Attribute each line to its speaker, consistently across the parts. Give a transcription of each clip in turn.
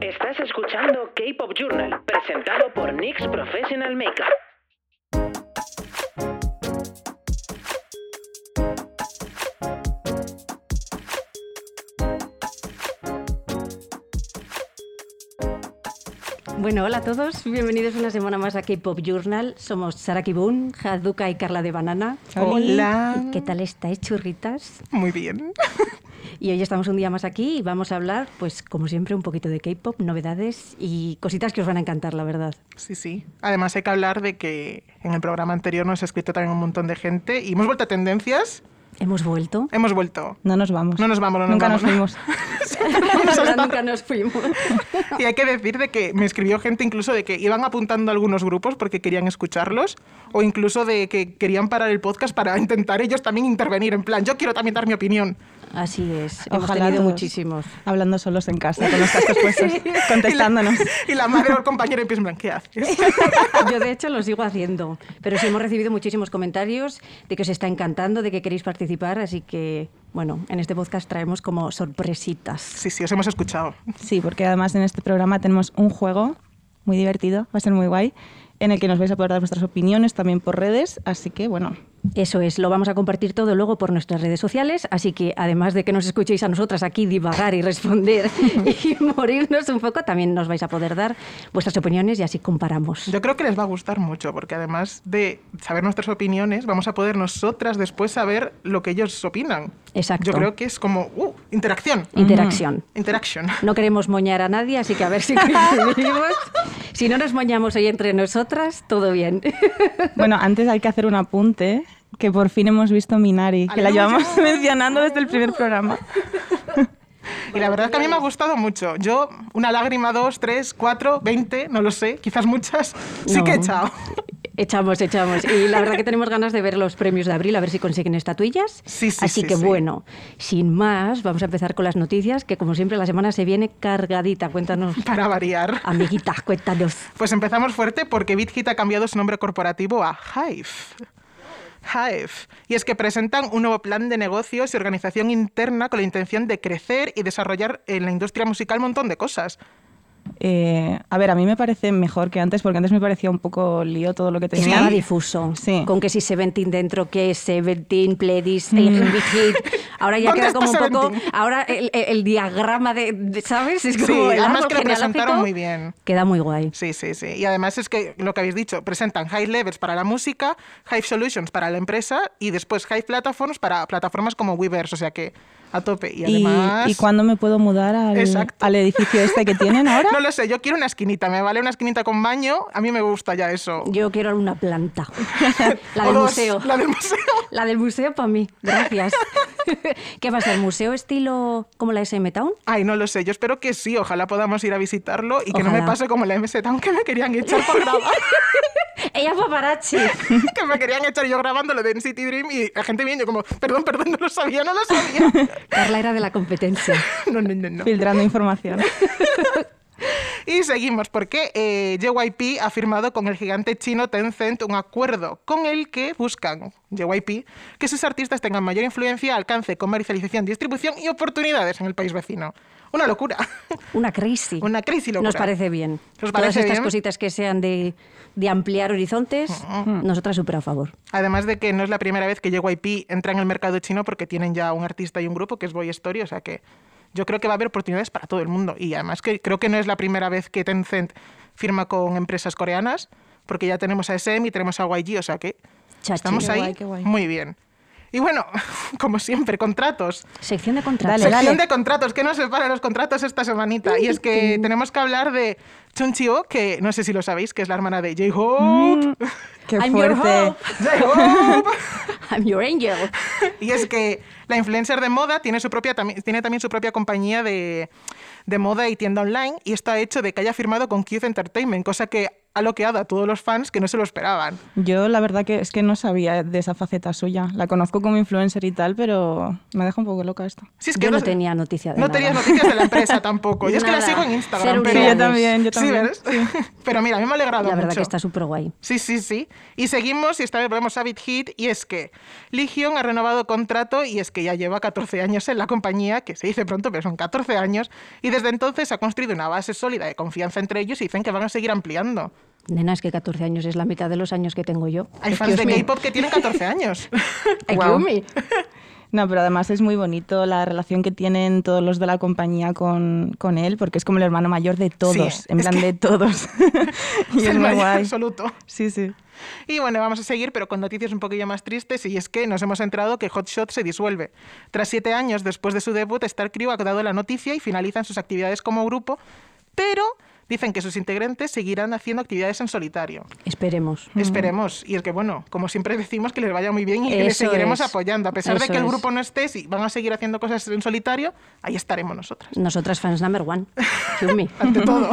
Speaker 1: Estás escuchando K-Pop Journal, presentado por NYX Professional Makeup.
Speaker 2: Bueno, hola a todos, bienvenidos una semana más a K-Pop Journal. Somos Sara Kibun, Haduka y Carla de Banana.
Speaker 3: Hola.
Speaker 2: ¿Y ¿Qué tal estáis, churritas?
Speaker 3: Muy bien.
Speaker 2: Y hoy estamos un día más aquí y vamos a hablar, pues como siempre, un poquito de K-Pop, novedades y cositas que os van a encantar, la verdad.
Speaker 3: Sí, sí. Además hay que hablar de que en el programa anterior nos ha escrito también un montón de gente y hemos vuelto a tendencias.
Speaker 2: Hemos vuelto.
Speaker 3: Hemos vuelto.
Speaker 4: No nos vamos.
Speaker 3: No nos vamos, no nos
Speaker 4: Nunca
Speaker 3: vamos.
Speaker 4: nos fuimos.
Speaker 2: La verdad, nunca nos fuimos.
Speaker 3: Y hay que decir de que me escribió gente incluso de que iban apuntando a algunos grupos porque querían escucharlos o incluso de que querían parar el podcast para intentar ellos también intervenir. En plan, yo quiero también dar mi opinión.
Speaker 2: Así es, hemos
Speaker 4: Ojalá
Speaker 2: tenido
Speaker 4: todos.
Speaker 2: muchísimos.
Speaker 4: Hablando solos en casa, con los cascos puestos, contestándonos.
Speaker 3: Y la madre o el compañero empieza en plan, ¿qué haces?
Speaker 2: Yo de hecho lo sigo haciendo, pero sí hemos recibido muchísimos comentarios de que os está encantando, de que queréis participar, así que bueno, en este podcast traemos como sorpresitas.
Speaker 3: Sí, sí, os hemos escuchado.
Speaker 4: Sí, porque además en este programa tenemos un juego muy divertido, va a ser muy guay, en el que nos vais a poder dar vuestras opiniones también por redes, así que bueno,
Speaker 2: Eso es, lo vamos a compartir todo luego por nuestras redes sociales, así que además de que nos escuchéis a nosotras aquí divagar y responder y morirnos un poco, también nos vais a poder dar vuestras opiniones y así comparamos.
Speaker 3: Yo creo que les va a gustar mucho, porque además de saber nuestras opiniones, vamos a poder nosotras después saber lo que ellos opinan.
Speaker 2: Exacto.
Speaker 3: Yo creo que es como, ¡uh! Interacción.
Speaker 2: Interacción.
Speaker 3: Interaction.
Speaker 2: No queremos moñar a nadie, así que a ver si coincidimos. Si no nos moñamos hoy entre nosotras, todo bien.
Speaker 4: Bueno, antes hay que hacer un apunte, que por fin hemos visto Minari, que la
Speaker 3: Aleluya.
Speaker 4: llevamos mencionando desde el primer programa.
Speaker 3: Y la verdad es que a mí me ha gustado mucho. Yo, una lágrima, dos, tres, cuatro, veinte, no lo sé, quizás muchas, sí
Speaker 2: No.
Speaker 3: que he echado.
Speaker 2: Echamos, echamos. Y la verdad que tenemos ganas de ver los premios de abril, a ver si consiguen estatuillas.
Speaker 3: Sí, sí,
Speaker 2: Así
Speaker 3: sí,
Speaker 2: que
Speaker 3: sí.
Speaker 2: bueno, sin más, vamos a empezar con las noticias, que como siempre la semana se viene cargadita. Cuéntanos,
Speaker 3: Para variar.
Speaker 2: amiguita, cuéntanos.
Speaker 3: Pues empezamos fuerte porque BitHit ha cambiado su nombre corporativo a Hive. Hive. Y es que presentan un nuevo plan de negocios y organización interna con la intención de crecer y desarrollar en la industria musical un montón de cosas.
Speaker 4: Eh, a ver, a mí me parece mejor que antes, porque antes me parecía un poco lío todo lo que tenía.
Speaker 2: Estaba difuso.
Speaker 4: Sí.
Speaker 2: Con que si Seventeen dentro, que Seventeen, Pledis, Big Hit. Ahora ya
Speaker 3: Mm. ¿Dónde
Speaker 2: queda como un
Speaker 3: está
Speaker 2: poco.
Speaker 3: 17?
Speaker 2: Ahora el, el- el diagrama de, de- ¿Sabes? Es como
Speaker 3: Sí,
Speaker 2: el
Speaker 3: además
Speaker 2: árbol
Speaker 3: que lo presentaron
Speaker 2: genealógico.
Speaker 3: muy bien.
Speaker 2: Queda muy guay.
Speaker 3: Sí, sí, sí. Y además es que lo que habéis dicho, presentan Hive Levels para la música, Hive Solutions para la empresa y después Hive Platforms para plataformas como Weavers, o sea que a tope. Y
Speaker 4: Y,
Speaker 3: además...
Speaker 4: y cuándo me puedo mudar al,
Speaker 3: Exacto.
Speaker 4: al edificio este que tienen ahora?
Speaker 3: No lo sé, yo quiero una esquinita, me vale una esquinita con baño, a mí me gusta ya eso.
Speaker 2: Yo quiero una planta. La
Speaker 3: O
Speaker 2: del
Speaker 3: dos,
Speaker 2: museo.
Speaker 3: La del museo.
Speaker 2: La del museo para mí, gracias. ¿Qué va a ser? ¿Museo estilo como la SM Town?
Speaker 3: Ay, no lo sé, yo espero que sí, ojalá podamos ir a visitarlo y que no
Speaker 2: Ojalá.
Speaker 3: me pase como la MS Town que me querían echar por grabar,
Speaker 2: Ella paparazzi.
Speaker 3: que me querían echar yo grabando lo de City Dream y la gente viendo como, perdón, perdón, no lo sabía, no lo sabía.
Speaker 2: Carla era de la competencia.
Speaker 3: No, no, no, no.
Speaker 4: Filtrando información.
Speaker 3: Y seguimos, porque eh, JYP ha firmado con el gigante chino Tencent un acuerdo con el que buscan, JYP, que sus artistas tengan mayor influencia, alcance, comercialización, distribución y oportunidades en el país vecino. Una locura.
Speaker 2: Una crisis.
Speaker 3: Una crisis locura.
Speaker 2: Nos parece bien.
Speaker 3: ¿Os
Speaker 2: Todas
Speaker 3: parece
Speaker 2: estas
Speaker 3: bien?
Speaker 2: cositas que sean de, de ampliar horizontes,
Speaker 3: Mm-hmm.
Speaker 2: nosotras súper a favor.
Speaker 3: Además de que no es la primera vez que JYP entra en el mercado chino porque tienen ya un artista y un grupo que es Boy Story, o sea que yo creo que va a haber oportunidades para todo el mundo. Y además que creo que no es la primera vez que Tencent firma con empresas coreanas, porque ya tenemos a SM y tenemos a YG, o sea que
Speaker 2: Chachi.
Speaker 3: estamos
Speaker 4: Qué
Speaker 3: ahí
Speaker 4: guay, qué guay.
Speaker 3: muy bien. Y bueno, como siempre, contratos.
Speaker 2: Sección de contratos.
Speaker 4: Dale,
Speaker 3: Sección
Speaker 4: dale.
Speaker 3: de contratos, que nos separan los contratos esta semanita. Y es que tenemos que hablar de Chun Chio, que no sé si lo sabéis, que es la hermana de
Speaker 4: Mm.
Speaker 3: J-Hope.
Speaker 4: Qué
Speaker 2: I'm your
Speaker 4: fuerte.
Speaker 2: hope.
Speaker 3: ¡J-Hope!
Speaker 2: I'm your angel.
Speaker 3: Y es que la influencer de moda tiene, su propia, tambi- tiene también su propia compañía de, de moda y tienda online y esto ha hecho de que haya firmado con Cube Entertainment, cosa que ha bloqueado a todos los fans que no se lo esperaban.
Speaker 4: Yo la verdad que es que no sabía de esa faceta suya. La conozco como influencer y tal, pero me deja un poco loca esto.
Speaker 3: Sí, es
Speaker 2: Yo
Speaker 3: que
Speaker 2: no
Speaker 3: sé-
Speaker 2: tenía noticia de
Speaker 3: No
Speaker 2: nada.
Speaker 3: tenías noticias de la empresa tampoco. Yo es que la
Speaker 2: Nada.
Speaker 3: sigo en
Speaker 2: Cero
Speaker 3: Instagram.
Speaker 4: Sí, yo también,
Speaker 3: Sí,
Speaker 4: yo también.
Speaker 3: ¿ves? Pero mira, a mí me ha alegrado
Speaker 2: La verdad
Speaker 3: mucho.
Speaker 2: que está súper guay.
Speaker 3: Sí, sí, sí. Y seguimos y esta vez volvemos a Big Hit y es que Legion ha renovado contrato y es que ya lleva 14 años en la compañía, que se dice pronto, pero son 14 años, y desde entonces ha construido una base sólida de confianza entre ellos y dicen que van a seguir ampliando.
Speaker 2: Nena, es que 14 años es la mitad de los años que tengo yo.
Speaker 3: Hay
Speaker 2: Es que
Speaker 3: fans
Speaker 2: os
Speaker 3: de
Speaker 2: me-
Speaker 3: K-pop que tienen 14 años.
Speaker 2: Excuse me.
Speaker 4: No, pero además es muy bonito la relación que tienen todos los de la compañía con, con él, porque es como el hermano mayor de todos, en
Speaker 3: es
Speaker 4: plan
Speaker 3: que-
Speaker 4: de todos. y
Speaker 3: Es
Speaker 4: es
Speaker 3: el
Speaker 4: muy
Speaker 3: mayor
Speaker 4: guay.
Speaker 3: absoluto.
Speaker 4: Sí, sí.
Speaker 3: Y bueno, vamos a seguir, pero con noticias un poquillo más tristes, y es que nos hemos enterado que Hot Shot se disuelve. Tras siete años después de su debut, Star Crew ha dado la noticia y finalizan sus actividades como grupo, pero dicen que sus integrantes seguirán haciendo actividades en solitario.
Speaker 2: Esperemos.
Speaker 3: Esperemos. Y es que, bueno, como siempre decimos, que les vaya muy bien y que les
Speaker 2: Eso
Speaker 3: seguiremos
Speaker 2: es.
Speaker 3: apoyando. A pesar de
Speaker 2: Eso
Speaker 3: que el
Speaker 2: es.
Speaker 3: grupo no esté, si van a seguir haciendo cosas en solitario, ahí estaremos nosotras.
Speaker 2: Nosotras fans number one. Excuse me.
Speaker 3: ante todo.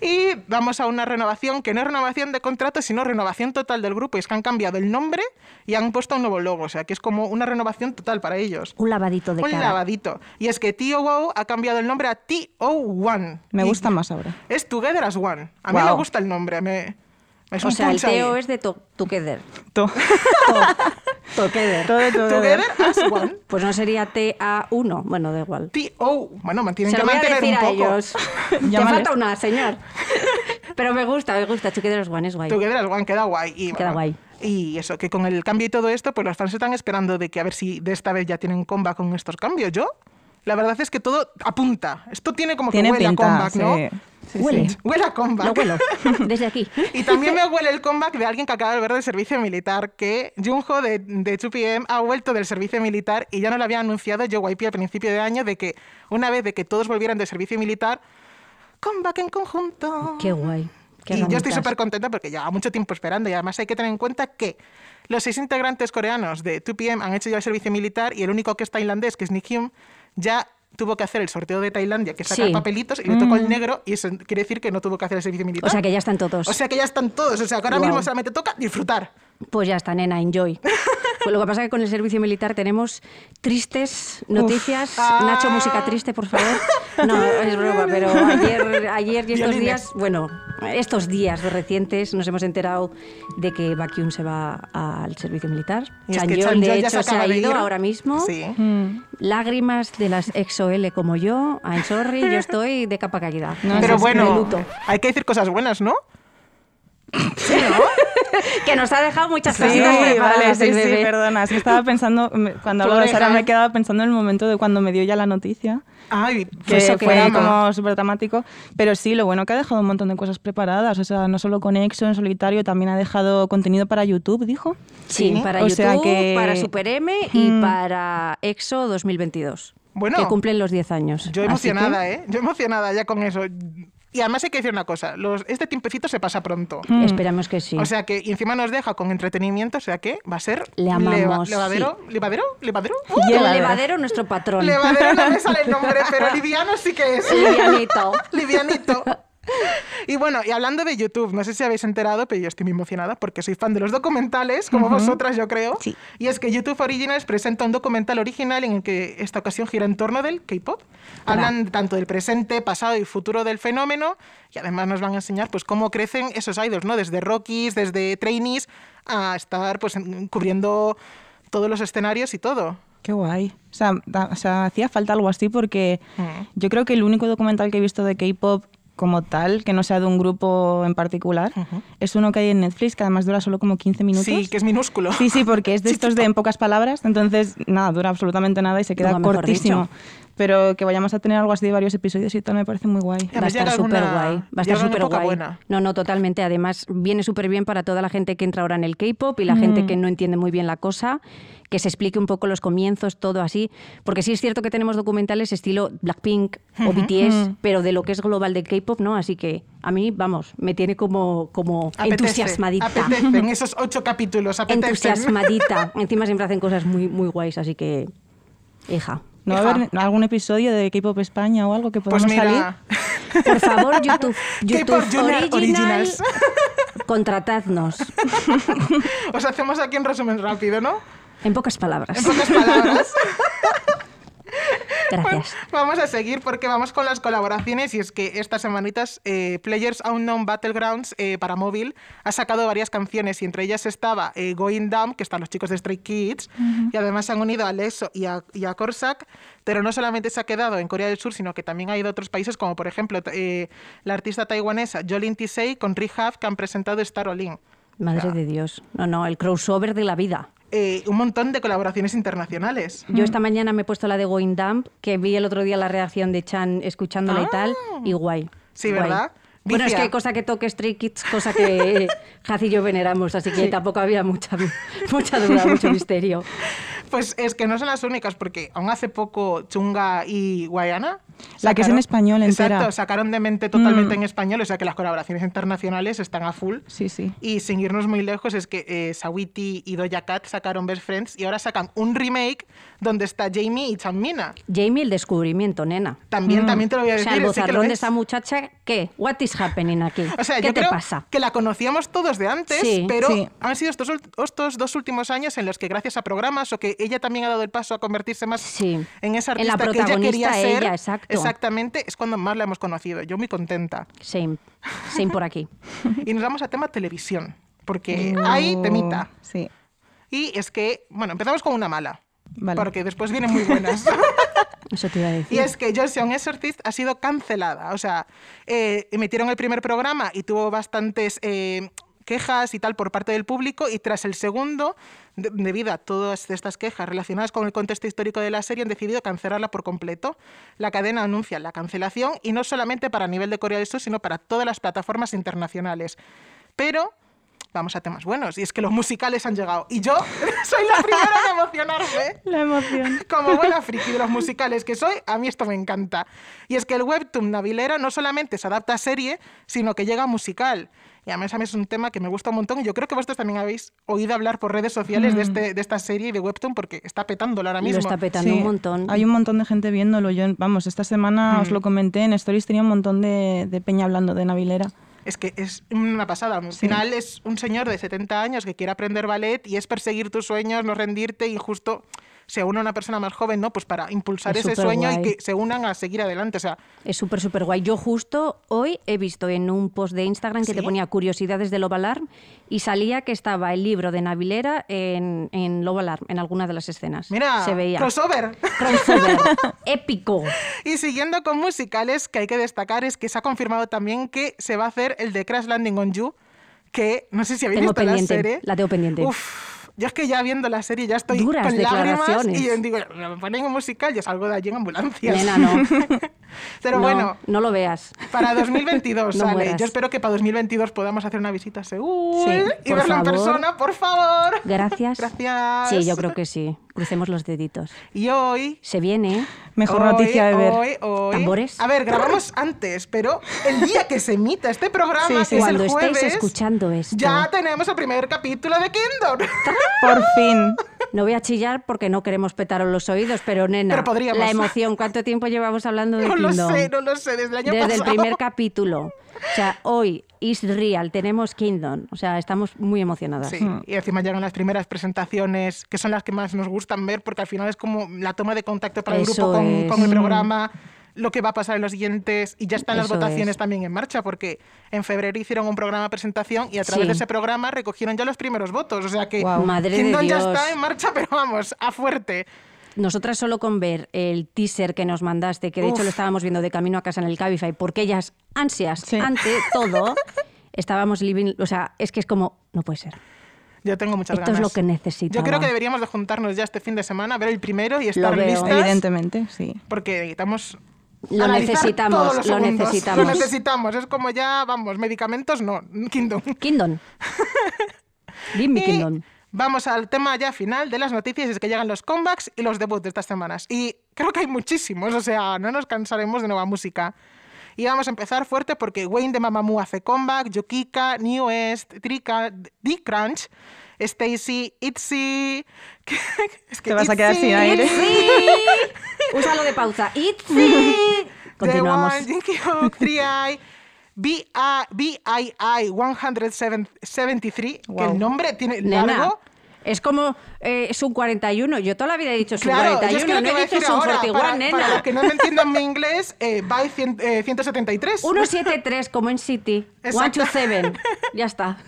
Speaker 3: y vamos a una renovación, que no es renovación de contrato, sino renovación total del grupo. Y es que han cambiado el nombre y han puesto un nuevo logo. O sea, que es como una renovación total para ellos.
Speaker 2: Un lavadito de
Speaker 3: un
Speaker 2: cara.
Speaker 3: lavadito. Y es que TOO ha cambiado el nombre a TO1.
Speaker 4: Me
Speaker 3: Y
Speaker 4: gusta más ahora.
Speaker 3: Es Together as One. A mí
Speaker 4: Guau.
Speaker 3: me gusta el nombre. Me... Es
Speaker 2: O
Speaker 3: un
Speaker 2: sea, el
Speaker 3: punch ahí.
Speaker 2: teo es de to together.
Speaker 4: Todo.
Speaker 2: Together.
Speaker 4: Todo, todo.
Speaker 3: Together as One.
Speaker 2: Pues no sería TA1. Bueno, da igual.
Speaker 3: TO. Bueno, mantienen
Speaker 2: Se
Speaker 3: que
Speaker 2: lo voy a
Speaker 3: mantener
Speaker 2: decir
Speaker 3: un
Speaker 2: a
Speaker 3: poco.
Speaker 2: ellos. Te
Speaker 4: Llámales.
Speaker 2: falta una, señor. Pero me gusta, me gusta. Together as one es guay.
Speaker 3: Together as One queda guay. Y,
Speaker 2: Queda
Speaker 3: bueno,
Speaker 2: guay.
Speaker 3: Y eso, que con el cambio y todo esto, pues los fans están esperando de que a ver si de esta vez ya tienen comeback con estos cambios. Yo, la verdad es que todo apunta. Esto tiene como que
Speaker 4: Tiene
Speaker 3: huele
Speaker 4: pinta,
Speaker 3: a comeback, ¿no?
Speaker 4: sí. Sí,
Speaker 2: Huele.
Speaker 4: sí.
Speaker 3: Huele a comeback.
Speaker 2: Lo huelo. Desde aquí.
Speaker 3: Y también me huele el comeback de alguien que acaba de ver del servicio militar, que Junho de, de 2PM ha vuelto del servicio militar y ya no lo había anunciado JYP al principio de año de que una vez de que todos volvieran del servicio militar, comeback en conjunto.
Speaker 2: Qué guay. Qué
Speaker 3: Y yo estoy
Speaker 2: ramitas.
Speaker 3: súper contenta porque llevaba mucho tiempo esperando y además hay que tener en cuenta que los seis integrantes coreanos de 2PM han hecho ya el servicio militar y el único que es tailandés, que es Nikyum, ya tuvo que hacer el sorteo de Tailandia, que saca
Speaker 2: Sí. Mm.
Speaker 3: papelitos y le tocó el negro y eso quiere decir que no tuvo que hacer el servicio militar.
Speaker 2: O sea que ya están todos.
Speaker 3: O sea que ya están todos, o sea que ahora
Speaker 2: Guau.
Speaker 3: mismo solamente toca disfrutar.
Speaker 2: Pues ya está, nena, enjoy. Pues lo que pasa es que con el servicio militar tenemos tristes noticias.
Speaker 3: Ah.
Speaker 2: Nacho, música triste, por favor. No, es broma, pero ayer, ayer y estos
Speaker 3: Violines.
Speaker 2: días, bueno, estos días de recientes nos hemos enterado de que Baekhyun se va al servicio militar.
Speaker 3: Y es que
Speaker 2: Chanyeol,
Speaker 3: Chanyeol
Speaker 2: de hecho,
Speaker 3: ya
Speaker 2: se,
Speaker 3: acaba
Speaker 2: ha
Speaker 3: de
Speaker 2: ido
Speaker 3: ir.
Speaker 2: ahora mismo. Mm,
Speaker 3: Sí.
Speaker 2: Lágrimas de las EXO-L como yo. I'm sorry, yo estoy de capa caída.
Speaker 4: No,
Speaker 2: Así
Speaker 3: Pero
Speaker 4: eso es
Speaker 2: que de
Speaker 3: bueno,
Speaker 2: luto.
Speaker 3: hay que decir cosas buenas, ¿no?
Speaker 2: Que nos ha dejado muchas
Speaker 4: Sí,
Speaker 2: cositas preparadas
Speaker 4: vale, sí,
Speaker 2: el
Speaker 4: sí,
Speaker 2: bebé.
Speaker 4: perdona. Es que estaba pensando, me- cuando
Speaker 3: Tu
Speaker 4: hablo de
Speaker 3: oreja,
Speaker 4: Sara me
Speaker 3: ¿eh?
Speaker 4: quedaba pensando en el momento de cuando me dio ya la noticia,
Speaker 3: Ay,
Speaker 4: que
Speaker 3: eso
Speaker 4: fue como súper dramático. Pero sí, lo bueno que ha dejado un montón de cosas preparadas, o sea, no solo con EXO en solitario, también ha dejado contenido para YouTube, dijo.
Speaker 2: Sí,
Speaker 3: Sí.
Speaker 2: para
Speaker 4: O
Speaker 2: YouTube,
Speaker 4: sea que-
Speaker 2: para Super M y
Speaker 4: Mm.
Speaker 2: para EXO 2022.
Speaker 3: Bueno.
Speaker 2: Que cumplen los 10 años.
Speaker 3: Yo
Speaker 2: Así que-
Speaker 3: emocionada, ¿eh? Yo emocionada ya con eso. Y además hay que decir una cosa, los, este tiempecito se pasa pronto.
Speaker 4: Mm.
Speaker 2: Esperamos que sí.
Speaker 3: O sea que, y encima nos deja con entretenimiento, o sea que va a ser...
Speaker 2: Le
Speaker 3: leva-
Speaker 2: amamos,
Speaker 3: levadero, levadero, levadero.
Speaker 2: Y
Speaker 3: ¡Uh!
Speaker 2: el
Speaker 4: Levadero.
Speaker 2: levadero, nuestro patrón.
Speaker 3: Levadero no me sale el nombre, pero liviano sí que es.
Speaker 2: Livianito.
Speaker 3: Livianito. Y bueno, y hablando de YouTube, no sé si habéis enterado, pero yo estoy muy emocionada porque soy fan de los documentales, como vosotras yo creo.
Speaker 4: Sí.
Speaker 3: Y es que YouTube Originals presenta un documental original en el que esta ocasión gira en torno del K-pop. Hablan tanto del presente, pasado y futuro del fenómeno y además nos van a enseñar pues cómo crecen esos idols, ¿no? Desde rookies, desde trainees a estar pues en- cubriendo todos los escenarios y todo.
Speaker 4: Qué guay. O sea, da- o sea, hacía falta algo así porque
Speaker 3: Mm.
Speaker 4: yo creo que el único documental que he visto de K-pop como tal, que no sea de un grupo en particular,
Speaker 3: Ujú.
Speaker 4: es uno que hay en Netflix que además dura solo como 15 minutos.
Speaker 3: Sí, que es minúsculo.
Speaker 4: Sí, sí, porque es de estos de en pocas palabras, entonces nada, dura absolutamente nada y se queda
Speaker 2: Nunca mejor
Speaker 4: cortísimo.
Speaker 2: dicho.
Speaker 4: Pero que vayamos a tener algo así de varios episodios y tal me parece muy guay.
Speaker 3: Ya
Speaker 2: Va a
Speaker 3: me
Speaker 2: estar
Speaker 3: llega alguna-
Speaker 2: súper guay. Va a estar
Speaker 3: llega una
Speaker 2: súper
Speaker 3: época
Speaker 2: guay.
Speaker 3: buena.
Speaker 2: No, no, totalmente. Además, viene súper bien para toda la gente que entra ahora en el K-pop y la
Speaker 3: Mm.
Speaker 2: gente que no entiende muy bien la cosa, que se explique un poco los comienzos, todo así. Porque sí es cierto que tenemos documentales estilo Blackpink o BTS, pero de lo que es global de K-pop, ¿no? Así que a mí, vamos, me tiene como, como
Speaker 3: Apetece,
Speaker 2: entusiasmadita.
Speaker 3: Apetecen esos ocho capítulos, apetecen.
Speaker 2: Entusiasmadita. Encima siempre hacen cosas muy, muy guays, así que. Hija.
Speaker 4: ¿No va a haber algún episodio de K-Pop España o algo que
Speaker 3: Pues
Speaker 4: podamos
Speaker 3: mira,
Speaker 4: salir?
Speaker 2: Por favor, YouTube,
Speaker 3: K-pop
Speaker 2: YouTube
Speaker 3: Junior
Speaker 2: Original,
Speaker 3: Originals.
Speaker 2: contratadnos.
Speaker 3: Os hacemos aquí un resumen rápido, ¿no?
Speaker 2: En pocas palabras.
Speaker 3: En pocas palabras.
Speaker 2: Gracias.
Speaker 3: Bueno, Pues vamos a seguir porque vamos con las colaboraciones y es que estas semanitas eh, Players Unknown Battlegrounds eh, para móvil ha sacado varias canciones y entre ellas estaba eh, Going Down, que están los chicos de Stray Kids y además se han unido a Lexo y a, y a Corsac, pero no solamente se ha quedado en Corea del Sur, sino que también ha ido a otros países como por ejemplo ta- eh, la artista taiwanesa Jolin Tisei con Rehab que han presentado Star Olin.
Speaker 2: Madre de Dios. No, no, el crossover de la vida.
Speaker 3: Eh, un montón de colaboraciones internacionales.
Speaker 2: Yo esta mañana me he puesto la de Going Dump, que vi el otro día la reacción de Chan escuchándola y tal, y guay.
Speaker 3: Ah. Sí,
Speaker 2: guay.
Speaker 3: ¿verdad?
Speaker 2: Bueno, es
Speaker 3: Vicia.
Speaker 2: que hay cosa que toque Stray Kids, cosa que Jaz y yo veneramos, así que tampoco había mucha, mucha duda, mucho misterio.
Speaker 3: Pues es que no son las únicas, porque aún hace poco Chunga y Guayana.
Speaker 4: La que es en español entera. Mm.
Speaker 3: Exacto, sacaron de mente totalmente en español, o sea que las colaboraciones internacionales están a full.
Speaker 4: Sí, sí.
Speaker 3: Y sin irnos muy lejos, es que eh, Sawiti y Doja Cat sacaron Best Friends y ahora sacan un remake donde está Jamie y Chanmina.
Speaker 2: Jamie, el descubrimiento, nena.
Speaker 4: Mm.
Speaker 3: También, también te lo voy a
Speaker 2: O
Speaker 3: decir.
Speaker 2: sea, el
Speaker 3: sí que lo
Speaker 2: bozarrón de
Speaker 3: es.
Speaker 2: esa muchacha, ¿qué? What is happening aquí?
Speaker 3: O sea,
Speaker 2: ¿Qué
Speaker 3: yo
Speaker 2: te
Speaker 3: creo
Speaker 2: pasa?
Speaker 3: que la conocíamos todos de antes,
Speaker 2: Sí.
Speaker 3: pero
Speaker 4: Sí.
Speaker 3: han sido estos, ult- estos dos últimos años en los que gracias a programas o que ella también ha dado el paso a convertirse más
Speaker 2: Sí.
Speaker 3: en esa
Speaker 2: En la
Speaker 3: artista que ella quería
Speaker 2: protagonista
Speaker 3: ser,
Speaker 2: ella, exacto.
Speaker 3: exactamente, es cuando más la hemos conocido. Yo muy contenta.
Speaker 2: Same, same por aquí.
Speaker 3: Y nos vamos a tema televisión, porque eh, hay temita.
Speaker 4: Oh, Sí.
Speaker 3: Y es que, bueno, empezamos con una mala,
Speaker 4: Vale.
Speaker 3: porque después vienen muy buenas.
Speaker 2: Eso te iba a
Speaker 3: Y
Speaker 2: decir.
Speaker 3: es que Johnson Exorcist ha sido cancelada. O sea, eh, emitieron el primer programa y tuvo bastantes eh, quejas y tal por parte del público. Y tras el segundo, de- debido a todas estas quejas relacionadas con el contexto histórico de la serie, han decidido cancelarla por completo. La cadena anuncia la cancelación y no solamente para nivel de Corea del Sur, sino para todas las plataformas internacionales. Pero. Vamos a temas buenos, y es que los musicales han llegado. Y yo soy la primera en emocionarme.
Speaker 4: La emoción.
Speaker 3: Como buena friki de los musicales que soy, a mí esto me encanta. Y es que el webtoon navilero no solamente se adapta a serie, sino que llega a musical. Y además a mí es un tema que me gusta un montón y yo creo que vosotros también habéis oído hablar por redes sociales de, este, de esta serie y de webtoon porque está petándola ahora
Speaker 2: Mm. Lo
Speaker 3: mismo.
Speaker 2: está petando
Speaker 4: Sí,
Speaker 2: un montón.
Speaker 4: Hay un montón de gente viéndolo. Yo, vamos, esta semana
Speaker 3: Mm.
Speaker 4: os lo comenté en Stories, tenía un montón de, de peña hablando de Navilera.
Speaker 3: Es que es una pasada. Al final es un señor de 70 años que quiere aprender ballet y es perseguir tus sueños, no rendirte y justo se une a una persona más joven, ¿no? Pues para impulsar
Speaker 2: Es
Speaker 3: ese sueño
Speaker 2: superguay.
Speaker 3: y que se unan a seguir adelante. O sea,
Speaker 2: Es súper, súper guay. Yo justo hoy he visto en un post de Instagram que te
Speaker 3: ¿Sí?
Speaker 2: ponía curiosidades de Love Alarm y salía que estaba el libro de Navilera en, en Love Alarm, en alguna de las escenas.
Speaker 3: mira,
Speaker 2: Se veía.
Speaker 3: crossover.
Speaker 2: Crossover. Épico.
Speaker 3: Y siguiendo con musicales, que hay que destacar es que se ha confirmado también que se va a hacer el de Crash Landing on You, que no sé si habéis
Speaker 2: Tengo
Speaker 3: visto
Speaker 2: pendiente,
Speaker 3: la serie.
Speaker 2: la tengo pendiente.
Speaker 3: Uf, yo es que ya viendo la serie ya estoy
Speaker 2: Duras
Speaker 3: con lágrimas
Speaker 2: declaraciones.
Speaker 3: y yo digo, me ponen un musical, yo salgo de allí en ambulancia.
Speaker 2: Nena, no.
Speaker 3: Pero
Speaker 2: No,
Speaker 3: bueno,
Speaker 2: No lo veas.
Speaker 3: para 2022
Speaker 2: No
Speaker 3: sale.
Speaker 2: mueras.
Speaker 3: Yo espero que para 2022 podamos hacer una visita a Seúl
Speaker 2: Sí,
Speaker 3: y
Speaker 2: por
Speaker 3: verla en
Speaker 2: favor.
Speaker 3: persona, por favor.
Speaker 2: Gracias.
Speaker 3: Gracias.
Speaker 2: Sí, yo creo que sí. Crucemos los deditos.
Speaker 3: Y hoy
Speaker 2: Se viene.
Speaker 4: Mejor
Speaker 3: Hoy,
Speaker 4: noticia de ver.
Speaker 3: hoy, hoy.
Speaker 2: ¿Tambores?
Speaker 3: A ver, grabamos antes, pero el día que se emita este programa,
Speaker 4: Sí,
Speaker 3: que
Speaker 4: sí.
Speaker 3: es
Speaker 2: Cuando
Speaker 3: el
Speaker 2: estéis
Speaker 3: jueves,
Speaker 2: escuchando esto.
Speaker 3: ya tenemos el primer capítulo de Kingdom.
Speaker 4: Por fin.
Speaker 2: No voy a chillar porque no queremos petaros los oídos, pero nena,
Speaker 3: Pero podríamos.
Speaker 2: la emoción, ¿cuánto tiempo llevamos hablando de
Speaker 3: No lo
Speaker 2: Kingdom?
Speaker 3: sé, no lo sé, desde el año
Speaker 2: Desde el
Speaker 3: pasado.
Speaker 2: primer capítulo. O sea, hoy is real, tenemos Kingdom. O sea, estamos muy emocionadas.
Speaker 3: Sí, y encima llegan las primeras presentaciones, que son las que más nos gustan ver, porque al final es como la toma de contacto para el
Speaker 2: Eso
Speaker 3: grupo con, con
Speaker 2: es.
Speaker 3: el programa, lo que va a pasar en los siguientes, y ya están las
Speaker 2: Eso
Speaker 3: votaciones
Speaker 2: es.
Speaker 3: también en marcha, porque en febrero hicieron un programa de presentación y a través
Speaker 2: Sí.
Speaker 3: de ese programa recogieron ya los primeros votos, o sea que
Speaker 4: Guau.
Speaker 2: Madre de
Speaker 3: Kingdom ya
Speaker 2: Dios.
Speaker 3: está en marcha, pero vamos, a fuerte.
Speaker 2: Nosotras solo con ver el teaser que nos mandaste, que de hecho
Speaker 3: Uf.
Speaker 2: lo estábamos viendo de camino a casa en el Cabify, porque ellas ansias
Speaker 4: Sí.
Speaker 2: ante todo, estábamos living, o sea, es que es como, no puede ser.
Speaker 3: Yo tengo muchas
Speaker 2: Esto es
Speaker 3: ganas.
Speaker 2: lo que necesitaba.
Speaker 3: Yo creo que deberíamos de juntarnos ya este fin de semana, ver el primero y estar
Speaker 2: Lo veo.
Speaker 3: listas.
Speaker 4: Evidentemente, sí.
Speaker 3: Porque necesitamos.
Speaker 2: Lo
Speaker 3: analizar
Speaker 2: necesitamos,
Speaker 3: todos los
Speaker 2: lo
Speaker 3: segundos.
Speaker 2: necesitamos.
Speaker 3: Lo necesitamos. Es como ya, vamos, medicamentos no, Kingdom.
Speaker 2: Kingdom. Dime
Speaker 3: Y
Speaker 2: Kingdom.
Speaker 3: Vamos al tema ya final de las noticias, es que llegan los comebacks y los debuts de estas semanas. Y creo que hay muchísimos, o sea, no nos cansaremos de nueva música. Y vamos a empezar fuerte porque Wayne de Mamamoo hace comeback, Yukika, New Est, Trika, D-Crunch, Stacy, Itzy... que- es que
Speaker 4: Te vas a quedar
Speaker 3: Itzy-
Speaker 4: sin aire.
Speaker 2: Itzy. Úsalo de pausa. Itzy. Continuamos.
Speaker 3: The One, Jinkyuk, 3i, BII 173, que
Speaker 4: Guau.
Speaker 3: el nombre tiene
Speaker 2: Nena,
Speaker 3: largo.
Speaker 2: es como eh, es un 41. Yo toda la vida he dicho es un
Speaker 3: Claro,
Speaker 2: 41,
Speaker 3: yo es que lo
Speaker 2: no
Speaker 3: que voy
Speaker 2: he
Speaker 3: a
Speaker 2: dicho
Speaker 3: decir
Speaker 2: es un
Speaker 3: ahora,
Speaker 2: 41,
Speaker 3: para,
Speaker 2: nena.
Speaker 3: para los que no me entiendan mi inglés, eh, by cien- eh, 173.
Speaker 2: 173, como en City.
Speaker 3: Exacto.
Speaker 2: 127. Ya está.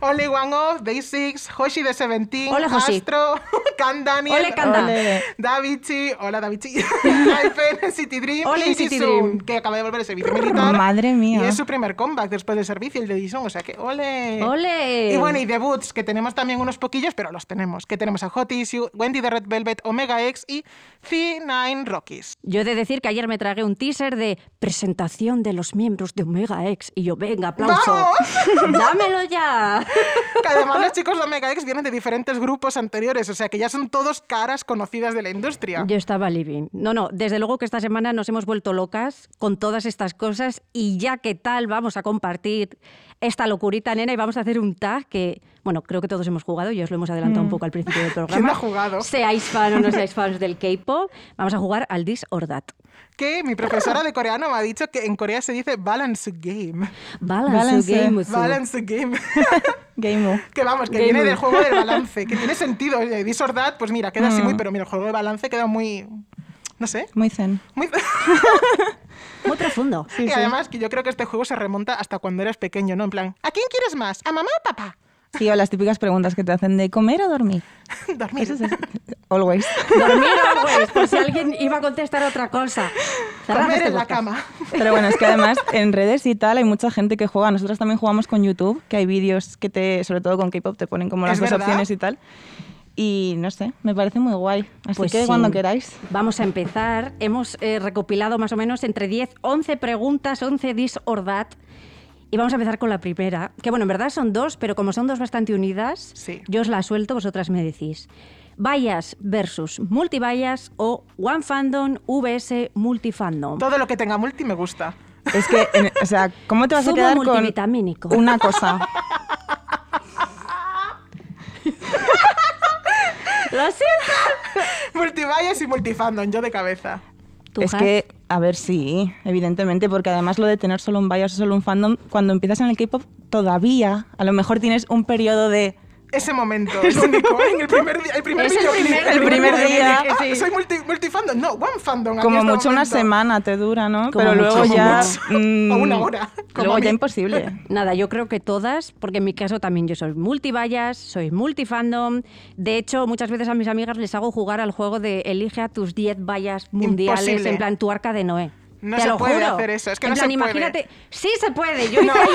Speaker 3: Only One Off, Basics, Hoshi de Seventeen,
Speaker 2: Hola, Hoshi.
Speaker 3: Astro, Can Daniel,
Speaker 2: Ole, Kanda.
Speaker 4: Ole.
Speaker 3: Davichi, hola Davichi, Hyphen, City Dream
Speaker 2: Ole,
Speaker 3: y
Speaker 2: City
Speaker 3: Jisung,
Speaker 2: Dream.
Speaker 3: que acaba de volver el servicio militar.
Speaker 4: Madre mía.
Speaker 3: Y es su primer comeback después del servicio, el de Jisung, o sea que ole.
Speaker 2: Ole.
Speaker 3: Y bueno, y debuts, que tenemos también unos poquillos, pero los tenemos, que tenemos a Hot Issue, Wendy de Red Velvet, Omega X y C9 Rockies.
Speaker 2: Yo he de decir que ayer me tragué un teaser de presentación de los miembros de Omega X. Y yo, venga, aplauso.
Speaker 3: ¡Vamos!
Speaker 2: ¡Dámelo ya!
Speaker 3: Que además los chicos de Omega X vienen de diferentes grupos anteriores, o sea que ya son todos caras conocidas de la industria.
Speaker 2: Yo estaba living. No, no, desde luego que esta semana nos hemos vuelto locas con todas estas cosas y ya que tal vamos a compartir esta locurita, nena, y vamos a hacer un tag que, bueno, creo que todos hemos jugado, ya os lo hemos adelantado un poco al principio del programa.
Speaker 3: Mm. ¿Quién no ha jugado?
Speaker 2: Seáis fan o no seáis fans del K-pop, vamos a jugar al This or That.
Speaker 3: que mi profesora de coreano me ha dicho que en Corea se dice balance game.
Speaker 2: Balance,
Speaker 4: Balance.
Speaker 2: game. Usu.
Speaker 3: Balance game.
Speaker 4: Game of.
Speaker 3: que vamos, que
Speaker 2: Game.
Speaker 3: viene del juego del balance, que tiene sentido. Oye, Disordad, pues mira, queda así muy, pero mira, el juego de balance queda muy. No sé.
Speaker 4: Muy zen.
Speaker 3: Muy...
Speaker 2: Muy profundo.
Speaker 3: y además, que yo creo que este juego se remonta hasta cuando eras pequeño, ¿no? En plan, ¿a quién quieres más? ¿A mamá o papá?
Speaker 4: Sí, o las típicas preguntas que te hacen de comer o dormir.
Speaker 3: Dormir.
Speaker 4: Eso es always.
Speaker 2: Dormir always, pues, por si alguien iba a contestar otra cosa. Cerrad
Speaker 3: Comer
Speaker 2: este
Speaker 3: en la
Speaker 2: podcast.
Speaker 3: cama.
Speaker 4: Pero bueno, es que además en redes y tal hay mucha gente que juega. Nosotros también jugamos con YouTube, que hay vídeos que te, sobre todo con K-pop, te ponen como las
Speaker 3: ¿Es
Speaker 4: dos
Speaker 3: verdad?
Speaker 4: opciones y tal. Y no sé, me parece muy guay. Así
Speaker 2: Pues
Speaker 4: que
Speaker 2: sí.
Speaker 4: cuando queráis.
Speaker 2: Vamos a empezar. Hemos eh, recopilado más o menos entre 10, 11 preguntas, 11 dis or that. Y vamos a empezar con la primera, que bueno, en verdad son dos, pero como son dos bastante unidas,
Speaker 3: Sí.
Speaker 2: yo os la suelto, vosotras me decís. Bias versus multibias o one fandom vs multifandom.
Speaker 3: Todo lo que tenga multi me gusta.
Speaker 4: Es que, en- o sea, ¿cómo te vas
Speaker 2: Zumo
Speaker 4: a quedar
Speaker 2: multivitamínico.
Speaker 4: con una cosa?
Speaker 2: Lo siento.
Speaker 3: Multivallas y multifandom, yo de cabeza.
Speaker 2: ¿Tú,
Speaker 4: es
Speaker 2: Has?
Speaker 4: que, a ver, sí, evidentemente, porque además lo de tener solo un bias o solo un fandom, cuando empiezas en el K-pop, todavía a lo mejor tienes un periodo de.
Speaker 3: Ese momento, es único. En el primer día, el primer
Speaker 2: Es el
Speaker 3: videoclip,
Speaker 2: primer-
Speaker 4: el primer día,
Speaker 3: videoclip.
Speaker 4: sí.
Speaker 3: Ah, soy multi, multifandom. No, one fandom. aquí
Speaker 4: Como
Speaker 3: en este
Speaker 4: mucho una
Speaker 3: momento.
Speaker 4: semana te dura, ¿no?
Speaker 2: Como
Speaker 4: Pero luego
Speaker 2: mucho,
Speaker 4: ya.
Speaker 3: como mucho.
Speaker 4: mm,
Speaker 3: O una hora, como
Speaker 4: Luego
Speaker 3: a mí.
Speaker 4: ya imposible.
Speaker 2: Nada, yo creo que todas, porque en mi caso también yo soy multivallas, soy multifandom. De hecho, muchas veces a mis amigas les hago jugar al juego de elige a tus 10 vallas mundiales,
Speaker 3: Imposible.
Speaker 2: en plan tu arca de Noé.
Speaker 3: No
Speaker 2: Te
Speaker 3: se
Speaker 2: lo
Speaker 3: puede
Speaker 2: juro.
Speaker 3: hacer eso, es que
Speaker 2: En
Speaker 3: no se
Speaker 2: plan,
Speaker 3: puede.
Speaker 2: imagínate, sí se puede. Yo, hice ahí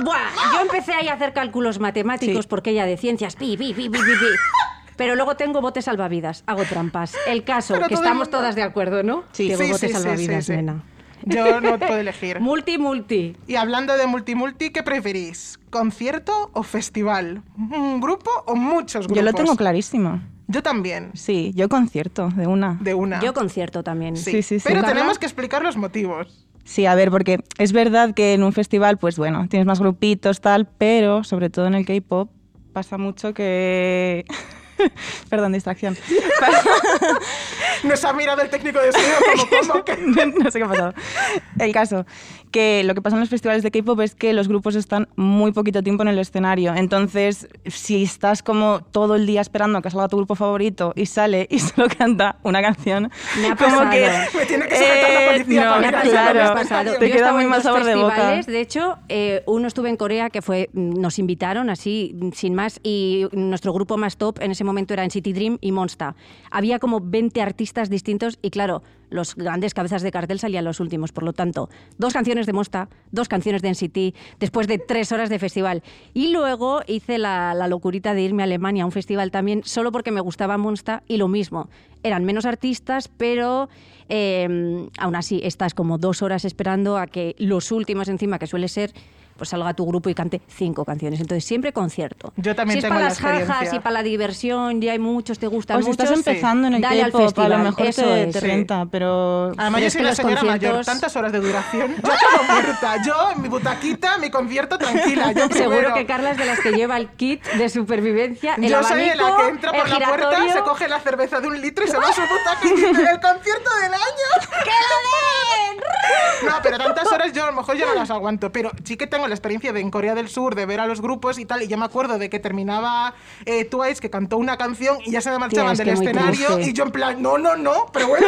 Speaker 2: un- Buah, yo empecé ahí a hacer cálculos matemáticos
Speaker 3: Sí.
Speaker 2: porque ella de ciencias, pi, pi, pi, pi, pi, pi. Pero luego tengo botes salvavidas, hago trampas. El caso,
Speaker 3: Pero
Speaker 2: que
Speaker 3: todo el
Speaker 2: estamos
Speaker 3: mundo-
Speaker 2: todas de acuerdo, ¿no?
Speaker 3: Sí,
Speaker 2: Tengo
Speaker 3: sí,
Speaker 2: botes
Speaker 3: sí, sí,
Speaker 2: salvavidas,
Speaker 3: sí, sí.
Speaker 2: nena.
Speaker 3: Yo no puedo elegir.
Speaker 2: Multi, multi.
Speaker 3: Y hablando de multi-multi, ¿qué preferís? ¿Concierto o festival? ¿Un grupo o muchos grupos?
Speaker 4: Yo lo tengo clarísimo.
Speaker 3: Yo también,
Speaker 4: Sí, yo concierto, de una.
Speaker 3: de una.
Speaker 2: Yo concierto también.
Speaker 3: sí.
Speaker 4: Sí, sí, sí.
Speaker 3: Pero
Speaker 2: ¿Carla?
Speaker 3: tenemos que explicar los motivos.
Speaker 4: Sí, a ver, porque es verdad que en un festival, pues bueno, tienes más grupitos, tal, pero sobre todo en el K-pop pasa mucho que. Perdón, distracción. Pasa-
Speaker 3: Nos ha mirado el técnico de sonido como, como que...
Speaker 4: no sé qué ha pasado. El caso, que lo que pasa en los festivales de K-pop es que los grupos están muy poquito tiempo en el escenario. Entonces, si estás como todo el día esperando a que salga tu grupo favorito y sale y solo canta una canción,
Speaker 2: Me ha
Speaker 4: como
Speaker 2: pasado.
Speaker 4: que. eh,
Speaker 3: Me tiene que sujetar la policía
Speaker 4: no,
Speaker 3: para
Speaker 2: Me
Speaker 3: ir
Speaker 2: ha
Speaker 3: al
Speaker 2: pasado, me ha
Speaker 4: claro,
Speaker 2: pasado.
Speaker 4: Te
Speaker 2: Yo
Speaker 4: queda
Speaker 2: estaba
Speaker 4: muy
Speaker 2: en
Speaker 4: mal
Speaker 2: dos
Speaker 4: sabor de boca.
Speaker 2: festivales, De hecho, eh, uno estuve en Corea que fue, mm, nos invitaron así, mm, sin más, y nuestro grupo más top en ese momento era en City Dream y Monsta. Había como 20 artistas distintos y claro, los grandes cabezas de cartel salían los últimos, por lo tanto, dos canciones de Monsta, dos canciones de NCT, después de tres horas de festival. Y luego hice la, la locurita de irme a Alemania a un festival también, solo porque me gustaba Monsta y lo mismo. Eran menos artistas, pero eh, aún así estás como dos horas esperando a que los últimos encima, que suele ser, pues salga tu grupo y cante cinco canciones. Entonces siempre concierto.
Speaker 3: Yo también
Speaker 2: si es
Speaker 3: tengo
Speaker 2: para
Speaker 3: la
Speaker 2: las jajas
Speaker 3: experiencia.
Speaker 2: y para la diversión, ya hay muchos, te gustan
Speaker 4: O si
Speaker 2: muchos.
Speaker 4: estás empezando en el
Speaker 2: dale al
Speaker 4: K-pop, a lo
Speaker 2: festival,
Speaker 4: mejor
Speaker 2: eso
Speaker 4: te,
Speaker 2: es.
Speaker 4: te
Speaker 3: Sí.
Speaker 4: renta, pero...
Speaker 3: Además,
Speaker 2: Pero
Speaker 3: yo
Speaker 2: es
Speaker 3: soy
Speaker 2: que
Speaker 3: una
Speaker 2: los
Speaker 3: señora mayor,
Speaker 2: conciertos-
Speaker 3: tantas horas de duración. Yo acabo muerta. Yo, en mi butaquita, mi concierto tranquila. Yo
Speaker 2: Seguro
Speaker 3: primero.
Speaker 2: que Carla es de las que lleva el kit de supervivencia, el
Speaker 3: Yo
Speaker 2: abanico,
Speaker 3: soy de la que entra por
Speaker 2: el
Speaker 3: la puerta,
Speaker 2: giratorio.
Speaker 3: se coge la cerveza de un litro y se va a su butaca y dice: ¡El concierto del año! ¡Que lo den! No, pero tantas horas yo a lo mejor ya no las aguanto. Pero sí que tengo la experiencia de en Corea del Sur de ver a los grupos y tal. Y yo me acuerdo de que terminaba eh, Twice, que cantó una canción y ya se me marchaban
Speaker 4: es
Speaker 3: del
Speaker 4: que muy
Speaker 3: escenario.
Speaker 4: triste.
Speaker 3: Y yo en plan, no, no, no, pero vuelve,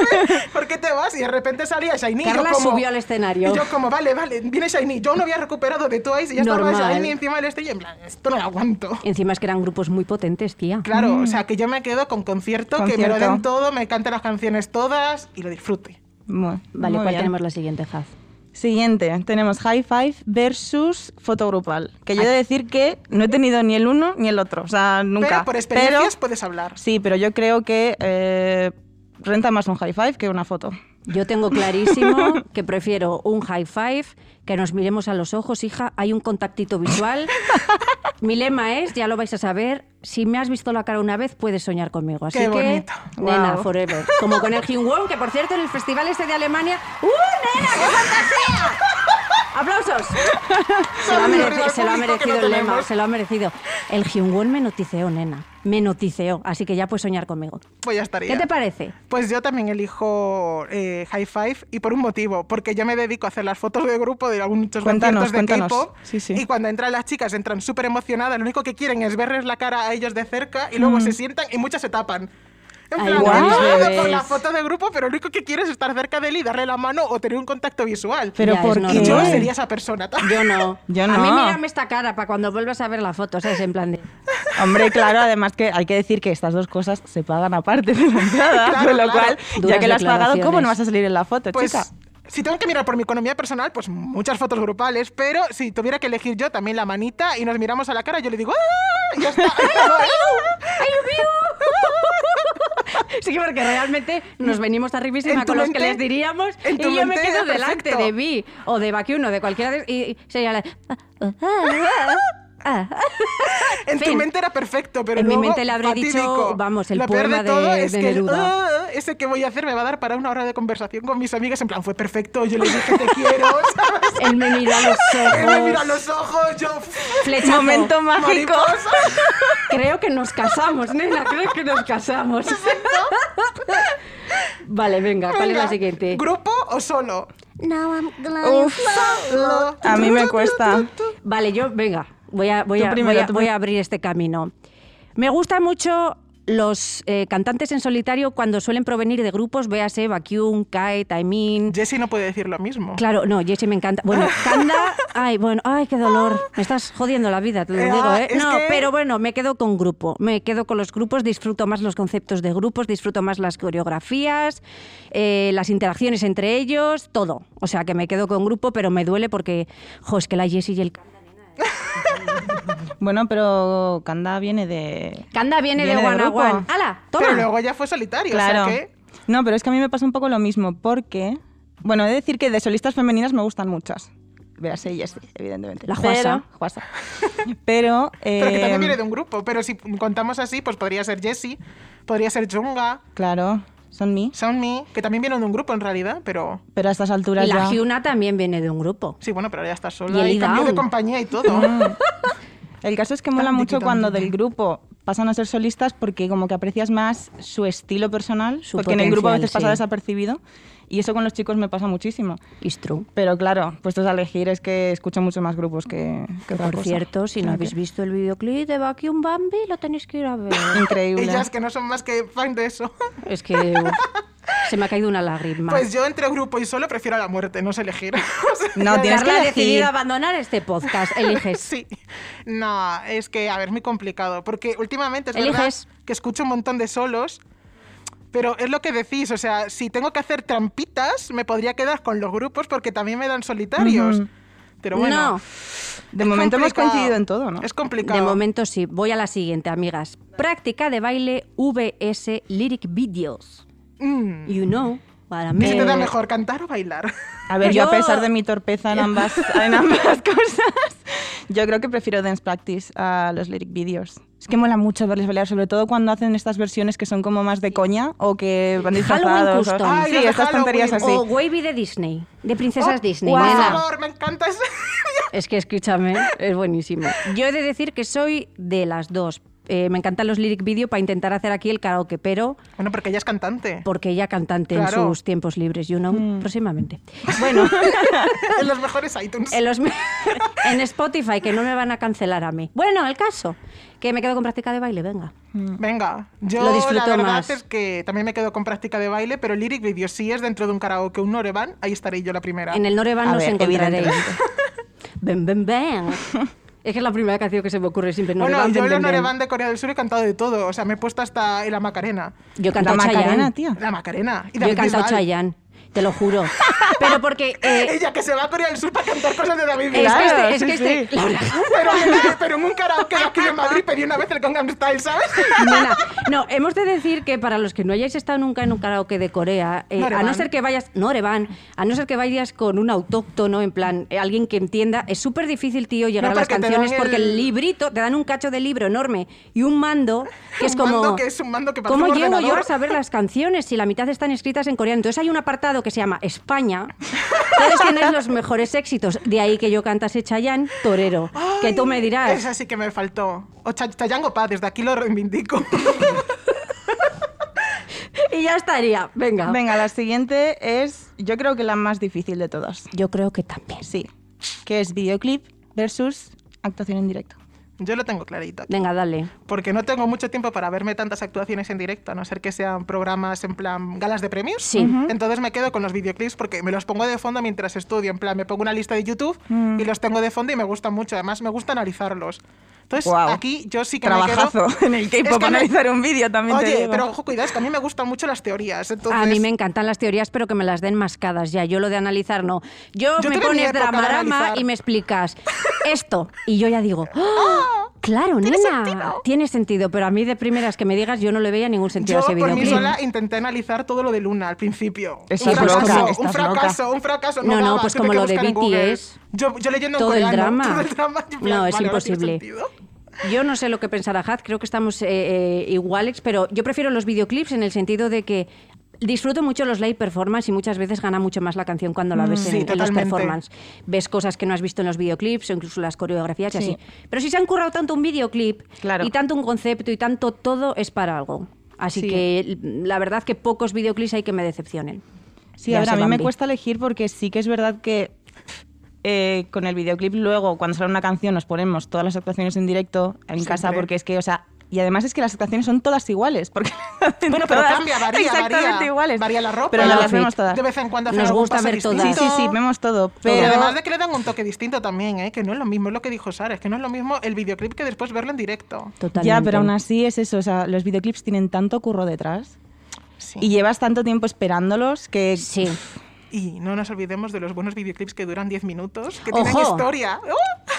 Speaker 3: ¿por qué te vas? Y de repente salía Shiny. y yo
Speaker 2: Carla
Speaker 3: como-
Speaker 2: subió al escenario.
Speaker 3: Y yo como, vale, vale, viene Shiny. Yo no había recuperado de Twice y ya estaba
Speaker 2: Normal.
Speaker 3: Shiny encima del escenario. Y en plan, esto no lo aguanto.
Speaker 2: Encima es que eran grupos muy potentes, tía.
Speaker 3: Claro, o sea, que yo me quedo con concierto, que me lo
Speaker 4: Mm. Concierto.
Speaker 3: den todo, me cante las canciones todas y lo disfrute.
Speaker 4: Muy-
Speaker 2: Vale,
Speaker 4: muy
Speaker 2: ¿cuál
Speaker 4: bien.
Speaker 2: tenemos la siguiente, Jaz?
Speaker 4: Siguiente, tenemos High Five versus Fotogrupal. Que yo he de decir que no he tenido ni el uno ni el otro, o sea, nunca.
Speaker 3: Pero por experiencias
Speaker 4: Pero-
Speaker 3: puedes hablar.
Speaker 4: sí, pero yo creo que eh, renta más un High Five que una foto.
Speaker 2: Yo tengo clarísimo que prefiero un high five, que nos miremos a los ojos, hija, hay un contactito visual. Mi lema es, ya lo vais a saber, si me has visto la cara una vez, puedes soñar conmigo. Así
Speaker 3: Qué
Speaker 2: que,
Speaker 3: bonito.
Speaker 2: nena,
Speaker 4: Guau.
Speaker 2: forever. Como con el Hingwon, que por cierto, en el festival este de Alemania... ¡Uh, nena, qué fantasía! ¡Aplausos! Se lo ha,
Speaker 3: Saludos
Speaker 2: mereci-
Speaker 3: arriba al
Speaker 2: se lo ha
Speaker 3: público que
Speaker 2: merecido
Speaker 3: no
Speaker 2: el lema,
Speaker 3: tenemos.
Speaker 2: se lo ha merecido. El Hyungwon me noticeó, nena. Me noticeó, así que ya puedes soñar conmigo.
Speaker 3: Pues ya estaría.
Speaker 2: ¿Qué te parece?
Speaker 3: Pues yo también elijo eh, High Five y por un motivo, porque yo me dedico a hacer las fotos de grupo de algunos muchos
Speaker 4: Cuéntanos,
Speaker 3: conciertos de
Speaker 4: cuéntanos.
Speaker 3: K-pop
Speaker 4: Sí, sí.
Speaker 3: y cuando entran las chicas entran súper emocionadas, lo único que quieren es verles la cara a ellos de cerca y
Speaker 4: Mm.
Speaker 3: luego se sientan y muchas se tapan. En
Speaker 2: Ay,
Speaker 3: plan,
Speaker 2: guau.
Speaker 3: han llorado
Speaker 4: Bebés.
Speaker 3: con
Speaker 2: Pues
Speaker 3: la foto de grupo, pero lo único que quieren es estar cerca de él y darle la mano o tener un contacto visual.
Speaker 4: Pero
Speaker 2: Ya, es
Speaker 4: ¿por
Speaker 2: normal.
Speaker 3: y
Speaker 4: qué?
Speaker 3: yo sería esa persona.
Speaker 2: Yo no.
Speaker 4: Yo
Speaker 2: A mí
Speaker 4: no.
Speaker 2: mírame esta cara para cuando vuelvas a ver la foto, ¿sabes? En plan de...
Speaker 4: Hombre, claro, además que hay que decir que estas dos cosas se pagan aparte de la entrada,
Speaker 3: Claro,
Speaker 4: con lo
Speaker 3: claro.
Speaker 4: cual,
Speaker 2: Duras
Speaker 4: ya que la has pagado, ¿cómo
Speaker 2: declaraciones.
Speaker 4: no vas a salir en la foto,
Speaker 3: Pues
Speaker 4: chica?
Speaker 3: si tengo que mirar por mi economía personal, pues muchas fotos grupales, pero si tuviera que elegir yo también la manita y nos miramos a la cara, yo le digo ¡Ah! Y Ya está.
Speaker 2: Sí, porque realmente nos venimos arribísima
Speaker 3: En tu
Speaker 2: con los que
Speaker 3: mente-
Speaker 2: les diríamos
Speaker 3: en
Speaker 2: y
Speaker 3: tu
Speaker 2: yo me
Speaker 3: mente
Speaker 2: quedo
Speaker 3: era
Speaker 2: delante
Speaker 3: perfecto.
Speaker 2: de Vi o de Bakuno, de cualquiera de... Y y sería la...
Speaker 3: en tu
Speaker 2: Fin.
Speaker 3: mente era perfecto, pero
Speaker 2: En mi
Speaker 3: luego,
Speaker 2: mente le habré
Speaker 3: fatídico.
Speaker 2: dicho, vamos, el
Speaker 3: Lo peor
Speaker 2: poema
Speaker 3: de todo
Speaker 2: de-
Speaker 3: es
Speaker 2: de
Speaker 3: que el,
Speaker 2: Neruda.
Speaker 3: "Ah", ese que voy a hacer me va a dar para una hora de conversación con mis amigas en plan fue perfecto, yo les dije te quiero, ¿sabes?
Speaker 2: Él me mira a los
Speaker 3: Él me mira a
Speaker 2: ojos.
Speaker 3: los ojos, yo
Speaker 2: Flechazo.
Speaker 4: Momento mágico.
Speaker 3: mariposa.
Speaker 2: Creo que nos casamos, nena, creo que nos casamos. Vale, venga, ¿cuál es
Speaker 3: Venga, Oh,
Speaker 2: la siguiente?
Speaker 3: ¿Grupo o solo?
Speaker 4: Uf, a mí me cuesta.
Speaker 2: Vale, yo, venga, voy a, voy
Speaker 4: Tú
Speaker 2: a-
Speaker 4: primero,
Speaker 2: voy a-
Speaker 4: tú
Speaker 2: voy a
Speaker 4: primero.
Speaker 2: abrir este camino. Me gustan mucho los eh, cantantes en solitario cuando suelen provenir de grupos, véase, Bakyun, Kai, Taemin...
Speaker 3: Jessie no puede decir lo mismo.
Speaker 2: Claro, no, Jesse me encanta. Bueno, Kanda, ay, bueno, ay, qué dolor. Me estás jodiendo la vida, te lo
Speaker 3: Eh,
Speaker 2: digo,
Speaker 3: ah,
Speaker 2: ¿eh?
Speaker 3: es
Speaker 2: No,
Speaker 3: que-
Speaker 2: pero bueno, me quedo con grupo. Me quedo con los grupos, disfruto más los conceptos de grupos, disfruto más las coreografías, eh, las interacciones entre ellos, todo. O sea, que me quedo con grupo, pero me duele porque, jo, es que la Jessie y el Kanda.
Speaker 4: Bueno, pero Kanda viene de...
Speaker 2: Kanda viene,
Speaker 4: Viene
Speaker 2: de
Speaker 4: de
Speaker 2: One
Speaker 4: grupo.
Speaker 2: ¡Hala! ¡Toma!
Speaker 3: Pero luego ya fue solitario, o
Speaker 4: Claro.
Speaker 3: sea que...
Speaker 4: No, pero es que a mí me pasa un poco lo mismo, porque... Bueno, he de decir que de solistas femeninas me gustan muchas. Verás, ella sí, evidentemente.
Speaker 2: La Juasa.
Speaker 4: Pero- Juasa. Pero...
Speaker 3: Pero que
Speaker 4: eh,
Speaker 3: también viene de un grupo. Pero si contamos así, pues podría ser Jessie, podría ser Junga,
Speaker 4: eh, Claro, son mí.
Speaker 3: Sunmi, que también vienen de un grupo en realidad, pero...
Speaker 4: Pero a estas alturas
Speaker 2: y la
Speaker 4: ya...
Speaker 2: Hyuna también viene de un grupo.
Speaker 3: Sí, bueno, pero ahora ya está
Speaker 2: Y
Speaker 3: sola
Speaker 2: el
Speaker 3: y, cambió de
Speaker 2: Idaun.
Speaker 3: compañía y todo.
Speaker 4: El caso es que mola
Speaker 3: Tan,
Speaker 4: mucho
Speaker 3: tiqui, tan,
Speaker 4: cuando
Speaker 3: tiqui.
Speaker 4: del grupo pasan a ser solistas porque como que aprecias más su estilo personal,
Speaker 2: Su
Speaker 4: porque en el grupo a veces
Speaker 2: potencial,
Speaker 4: pasa
Speaker 2: sí.
Speaker 4: desapercibido y eso con los chicos me pasa muchísimo.
Speaker 2: It's true.
Speaker 4: Pero claro, puestos a elegir es que escucho mucho más grupos que, que otra
Speaker 2: Por
Speaker 4: cosa.
Speaker 2: cierto, si no habéis visto el videoclip de Vacuum Bambi, lo tenéis que ir a ver.
Speaker 4: Increíble.
Speaker 3: Ellas que no son más que fan de eso.
Speaker 2: Es que uf, se me ha caído una lágrima.
Speaker 3: Pues yo entre grupo y solo prefiero a la muerte, no sé elegir. O sea,
Speaker 4: No, tienes que
Speaker 2: Carla ha
Speaker 4: elegir.
Speaker 2: decidido abandonar este podcast. Eliges.
Speaker 3: Sí. No, es que, a ver, es muy complicado. Porque últimamente es verdad
Speaker 2: Eliges.
Speaker 3: que escucho un montón de solos. Pero es lo que decís, o sea, si tengo que hacer trampitas, me podría quedar con los grupos porque también me dan solitarios. Pero bueno.
Speaker 2: no,
Speaker 4: De
Speaker 3: Es
Speaker 4: momento hemos
Speaker 3: complicado.
Speaker 4: coincidido en todo, ¿no?
Speaker 3: Es complicado.
Speaker 2: de momento sí. Voy a la siguiente, amigas. Práctica de baile VS Lyric Videos.
Speaker 3: Mm.
Speaker 2: You know what I
Speaker 3: ¿Qué se Este te da
Speaker 2: mean.
Speaker 3: mejor, cantar o bailar?
Speaker 4: A ver, yo,
Speaker 2: Yo-
Speaker 4: a pesar de mi torpeza
Speaker 3: eh,
Speaker 4: en ambas, en ambas cosas, yo creo que prefiero dance practice a los lyric videos. Es que mola mucho verles bailar, sobre todo cuando hacen estas versiones que son como más de coña o que van disfrazados.
Speaker 2: custom.
Speaker 4: o-
Speaker 2: Ay,
Speaker 4: sí,
Speaker 3: los de
Speaker 4: estas tonterías así.
Speaker 3: Halloween.
Speaker 2: O Wavy de Disney, de Princesas
Speaker 3: Oh,
Speaker 2: Disney.
Speaker 3: Por
Speaker 2: nena.
Speaker 3: favor, me encanta ese.
Speaker 2: Es que escúchame, es buenísimo. Yo he de decir que soy de las dos, eh, me encantan los lyric video para intentar hacer aquí el karaoke, pero
Speaker 3: Bueno, porque ella es cantante.
Speaker 2: porque ella cantante en
Speaker 3: Claro. Mm.
Speaker 2: sus tiempos libres, you know, próximamente. Bueno,
Speaker 3: en los mejores iTunes.
Speaker 2: en, los, en Spotify, que no me van a cancelar a mí. Bueno, el caso, que me quedo con práctica de baile, venga.
Speaker 3: Venga, yo
Speaker 2: Mm. Lo disfruto
Speaker 3: la verdad
Speaker 2: más.
Speaker 3: es que también me quedo con práctica de baile, pero lyric video si es dentro de un karaoke un norevan, ahí estaré yo la primera.
Speaker 2: En el Norevan
Speaker 4: A
Speaker 2: nos
Speaker 4: ver,
Speaker 2: encontraréis.
Speaker 4: evidentemente.
Speaker 2: Ven, ven, ven. Es que es la primera canción que se me ocurre siempre.
Speaker 3: bueno,
Speaker 2: Norevan,
Speaker 3: yo
Speaker 2: ven,
Speaker 3: en los
Speaker 2: ven, ven.
Speaker 3: norevan de Corea del Sur he cantado de todo, o sea, me he puesto hasta en la Macarena.
Speaker 2: Yo he
Speaker 4: La
Speaker 2: cantado
Speaker 4: Macarena,
Speaker 2: Chayanne.
Speaker 4: tía.
Speaker 3: La Macarena.
Speaker 2: Yo
Speaker 3: Y
Speaker 2: he
Speaker 3: David
Speaker 2: cantado
Speaker 3: Bisbal.
Speaker 2: Chayanne, te lo juro. Pero porque... eh,
Speaker 3: Ella que se va a Corea del Sur para cantar cosas de David
Speaker 2: es
Speaker 3: Bisbal.
Speaker 2: que este...
Speaker 4: Claro,
Speaker 2: Es que
Speaker 4: sí,
Speaker 2: este-
Speaker 4: sí.
Speaker 2: Laura,
Speaker 3: Pero, pero en un karaoke de aquí en Madrid pedí una vez el Gangnam Style, ¿sabes?
Speaker 2: Nena, no, hemos de decir que para los que no hayáis estado nunca en un karaoke de Corea, eh, a
Speaker 3: Norevan.
Speaker 2: no ser que vayas, no Norevan, a no ser que vayas con un autóctono, en plan, eh, alguien que entienda, es súper difícil, tío, llegar
Speaker 3: No,
Speaker 2: a las
Speaker 3: porque te dan
Speaker 2: canciones porque el
Speaker 3: el-
Speaker 2: librito, te dan un cacho de libro enorme y un mando que
Speaker 3: Un
Speaker 2: es como...
Speaker 3: mando que es un mando que parece
Speaker 2: ¿Cómo
Speaker 3: un
Speaker 2: llego yo
Speaker 3: ordenador?
Speaker 2: a saber las canciones si la mitad están escritas en coreano? Entonces hay un apartado que se llama España. Entonces tienes los mejores éxitos. De ahí que yo cantase Chayanne, Torero. que tú me dirás.
Speaker 3: Esa sí que me faltó. O Cha- Chayango Pa, desde aquí lo reivindico.
Speaker 2: Y ya estaría. Venga.
Speaker 4: Venga, la siguiente es, yo creo que la más difícil de todas.
Speaker 2: Yo creo que también.
Speaker 4: Sí, que es videoclip versus actuación en directo.
Speaker 3: Yo lo tengo clarito. aquí.
Speaker 2: Venga, dale.
Speaker 3: Porque no tengo mucho tiempo para verme tantas actuaciones en directo, a no ser que sean programas en plan galas de premios.
Speaker 2: Sí. Ujú.
Speaker 3: Entonces me quedo con los videoclips porque me los pongo de fondo mientras estudio. En plan, me pongo una lista de YouTube
Speaker 4: Mm.
Speaker 3: y los tengo de fondo y me gustan mucho. Además, me gusta analizarlos. Entonces,
Speaker 4: Guau.
Speaker 3: aquí yo sí que
Speaker 4: Trabajazo
Speaker 3: me quedo...
Speaker 4: en el K-pop
Speaker 3: Es que me-
Speaker 4: analizar un vídeo también. te
Speaker 3: Oye,
Speaker 4: digo.
Speaker 3: pero ojo, cuidado, es que a mí me gustan mucho las teorías. Entonces...
Speaker 2: A mí me encantan las teorías, pero que me las den mascadas ya. Yo lo de analizar no. Yo,
Speaker 3: Yo
Speaker 2: me
Speaker 3: tuve mi
Speaker 2: pones
Speaker 3: época de
Speaker 2: dramarama
Speaker 3: analizar.
Speaker 2: y me explicas esto. Y yo ya digo, ¡Ah! claro, nena, tiene sentido. Pero a mí de primeras que me digas, yo no le veía ningún sentido
Speaker 3: Yo
Speaker 2: a ese
Speaker 3: por mí
Speaker 2: videoclip.
Speaker 3: sola intenté analizar todo lo de Luna al principio.
Speaker 4: Estás
Speaker 3: un fracaso,
Speaker 2: loca,
Speaker 3: un
Speaker 4: estás loca.
Speaker 3: fracaso, un fracaso.
Speaker 2: No, no,
Speaker 3: daba,
Speaker 2: pues
Speaker 3: tuve
Speaker 2: como
Speaker 3: que
Speaker 2: lo de
Speaker 3: buscar en Google.
Speaker 2: BTS,
Speaker 3: Yo, yo leyendo en
Speaker 2: todo el
Speaker 3: coreano,
Speaker 2: drama.
Speaker 3: todo el drama, yo,
Speaker 2: No, es
Speaker 3: vale, ahora tiene
Speaker 2: imposible.
Speaker 3: sentido.
Speaker 2: Yo no sé lo que pensará Haz, creo que estamos eh, eh, iguales, pero yo prefiero los videoclips en el sentido de que disfruto mucho los live performance y muchas veces gana mucho más la canción cuando la ves
Speaker 3: Mm, sí,
Speaker 2: en- en, los
Speaker 3: totalmente.
Speaker 2: performance. Ves cosas que no has visto en los videoclips o incluso las coreografías y
Speaker 4: Sí.
Speaker 2: así. Pero si se han currado tanto un videoclip
Speaker 4: Claro.
Speaker 2: y tanto un concepto y tanto todo es para algo. Así
Speaker 4: Sí.
Speaker 2: que la verdad que pocos videoclips hay que me decepcionen.
Speaker 4: Sí,
Speaker 2: Ya
Speaker 4: a ver,
Speaker 2: sé,
Speaker 4: a mí me
Speaker 2: Bambi.
Speaker 4: cuesta elegir porque sí que es verdad que eh, con el videoclip luego, cuando sale una canción, nos ponemos todas las actuaciones en directo en casa
Speaker 3: Siempre.
Speaker 4: porque es que, o sea, y además es que las actuaciones son todas iguales. Porque
Speaker 3: Bueno, pero cambia, varía,
Speaker 4: Exactamente
Speaker 3: varía.
Speaker 4: iguales.
Speaker 3: Varía la ropa.
Speaker 4: Pero
Speaker 2: El
Speaker 4: no las
Speaker 2: outfit.
Speaker 4: vemos todas.
Speaker 3: De vez en cuando hacen
Speaker 2: Nos
Speaker 3: algún
Speaker 2: gusta
Speaker 3: paso
Speaker 2: ver
Speaker 3: distinto.
Speaker 2: todas.
Speaker 4: Sí, sí, sí, vemos todo.
Speaker 3: Pero
Speaker 4: Pero
Speaker 3: además de que le dan un toque distinto también, ¿eh? que no es lo mismo, es lo que dijo Sara, es que no es lo mismo el videoclip que después verlo en directo.
Speaker 2: Totalmente.
Speaker 4: ya, pero aún así es eso. O sea, los videoclips tienen tanto curro detrás
Speaker 3: Sí.
Speaker 4: y llevas tanto tiempo esperándolos que
Speaker 2: Sí.
Speaker 3: Y no nos olvidemos de los buenos videoclips que duran 10 minutos, que tienen
Speaker 2: Ojo.
Speaker 3: historia.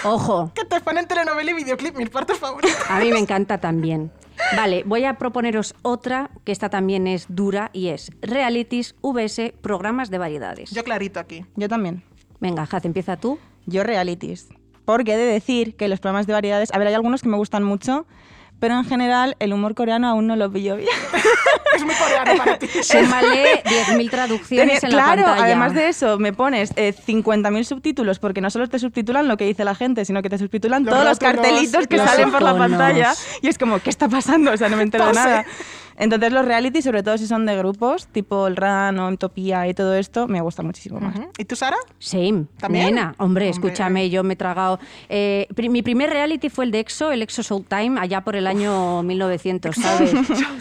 Speaker 3: ¡Oh!
Speaker 2: Ojo.
Speaker 3: Que te ponen telenovela y videoclip, mis partes favoritas.
Speaker 2: A mí me encanta también. Vale, voy a proponeros otra que esta también es dura y es realities, VS, programas de variedades.
Speaker 3: Yo clarito aquí.
Speaker 4: yo también.
Speaker 2: Venga, Jaz, empieza tú.
Speaker 4: Yo realities. Porque he de decir que los programas de variedades, a ver, hay algunos que me gustan mucho, pero en general el humor coreano aún no lo pillo bien.
Speaker 3: Es muy coreano para ti.
Speaker 2: Súmale 10.000 traducciones en
Speaker 4: claro,
Speaker 2: la pantalla.
Speaker 4: además de eso, me pones eh, 50.000 subtítulos, porque no solo te subtitulan lo que dice la gente, sino que te subtitulan
Speaker 3: Los
Speaker 4: todos los
Speaker 3: rótulos,
Speaker 4: cartelitos que
Speaker 2: los
Speaker 4: salen por la
Speaker 2: iconos.
Speaker 4: pantalla. Y es como, ¿qué está pasando? O sea, no me entero de
Speaker 3: Pase.
Speaker 4: nada. Entonces los realities, sobre todo si son de grupos, tipo el RAN o Entopía y todo esto, me gusta muchísimo más.
Speaker 3: Ujú. ¿Y tú, Sara?
Speaker 2: Same.
Speaker 3: ¿También?
Speaker 2: Nena, hombre,
Speaker 3: Hombre.
Speaker 2: escúchame, yo me he tragado. eh, pri- mi primer reality fue el de EXO, el EXO Showtime, allá por el año 1900, ¿sabes?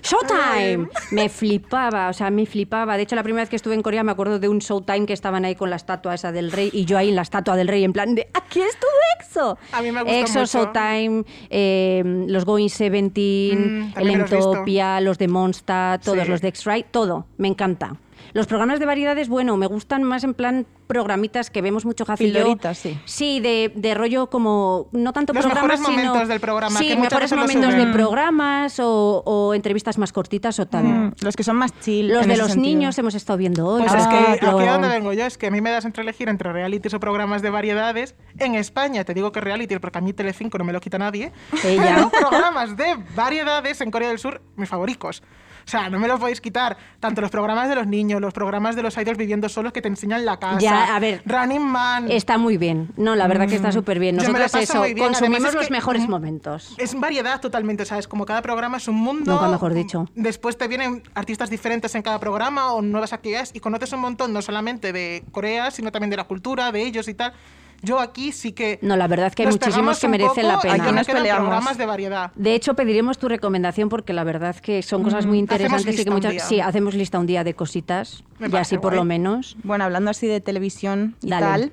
Speaker 2: ¡Showtime! Me flipaba, o sea, me flipaba. De hecho, la primera vez que estuve en Corea me acuerdo de un Showtime que estaban ahí con la estatua esa del rey y yo ahí en la estatua del rey, en plan de ¡Aquí estuvo EXO!
Speaker 3: A mí me gustó
Speaker 2: EXO
Speaker 3: mucho.
Speaker 2: Showtime, eh, los Going Seventeen,
Speaker 3: Mm,
Speaker 2: el
Speaker 3: también me los he visto.
Speaker 2: Entopia, los de Monsta, todos
Speaker 3: Sí.
Speaker 2: los de X-Ray, todo. Me encanta. Los programas de variedades, bueno, me gustan más en plan programitas que vemos mucho Jazz y yo.
Speaker 4: Pildoritas, sí.
Speaker 2: Sí, de, de rollo como, no tanto
Speaker 3: Los
Speaker 2: programas,
Speaker 3: mejores
Speaker 2: sino-
Speaker 3: momentos del programa,
Speaker 2: Sí,
Speaker 3: que muchas
Speaker 2: mejores
Speaker 3: veces los
Speaker 2: momentos de
Speaker 3: suben.
Speaker 2: programas o, o entrevistas más cortitas o tal.
Speaker 4: Mm, Los que son más chill.
Speaker 2: Los
Speaker 4: en
Speaker 2: de
Speaker 4: ese
Speaker 2: los
Speaker 4: sentido.
Speaker 2: niños hemos estado viendo hoy.
Speaker 3: Pues
Speaker 2: por
Speaker 3: es que aquí
Speaker 2: ejemplo.
Speaker 3: a donde vengo yo, es que a mí me das entre elegir entre realities o programas de variedades. En España te digo que reality porque a mí Telecinco no me lo quita nadie.
Speaker 2: Ella.
Speaker 3: Pero programas de variedades en Corea del Sur, mis favoritos. O sea, no me lo podéis quitar. Tanto los programas de los niños, los programas de los idols viviendo solos que te enseñan la casa.
Speaker 2: Ya, a ver.
Speaker 3: Running Man.
Speaker 2: Está muy bien. No, la verdad que está súper bien.
Speaker 3: Mm. Yo me lo
Speaker 2: Nosotros
Speaker 3: paso
Speaker 2: eso,
Speaker 3: muy bien. Además
Speaker 2: consumimos
Speaker 3: es
Speaker 2: los
Speaker 3: que-
Speaker 2: mejores
Speaker 3: mm,
Speaker 2: momentos.
Speaker 3: Es variedad totalmente, ¿sabes? Como cada programa es un mundo.
Speaker 2: Nunca mejor dicho.
Speaker 3: Después te vienen artistas diferentes en cada programa o nuevas actividades y conoces un montón, no solamente de Corea, sino también de la cultura, de ellos y tal. Yo aquí sí que.
Speaker 2: No, la verdad que hay
Speaker 3: nos
Speaker 2: muchísimos
Speaker 3: pegamos
Speaker 2: que
Speaker 3: un
Speaker 2: merecen la
Speaker 3: poco,
Speaker 2: pena.
Speaker 3: Aquí nos
Speaker 4: Nos
Speaker 3: quedan
Speaker 4: peleamos.
Speaker 3: programas de variedad.
Speaker 2: De hecho, pediremos tu recomendación porque la verdad que son cosas muy
Speaker 3: Mm, hacemos
Speaker 2: interesantes y que
Speaker 3: lista un
Speaker 2: muchas.
Speaker 3: día.
Speaker 2: Sí, hacemos lista un día de cositas
Speaker 3: Me
Speaker 2: y así
Speaker 3: parece
Speaker 2: por
Speaker 3: guay.
Speaker 2: lo menos.
Speaker 4: Bueno, hablando así de televisión y
Speaker 2: Dale.
Speaker 4: tal.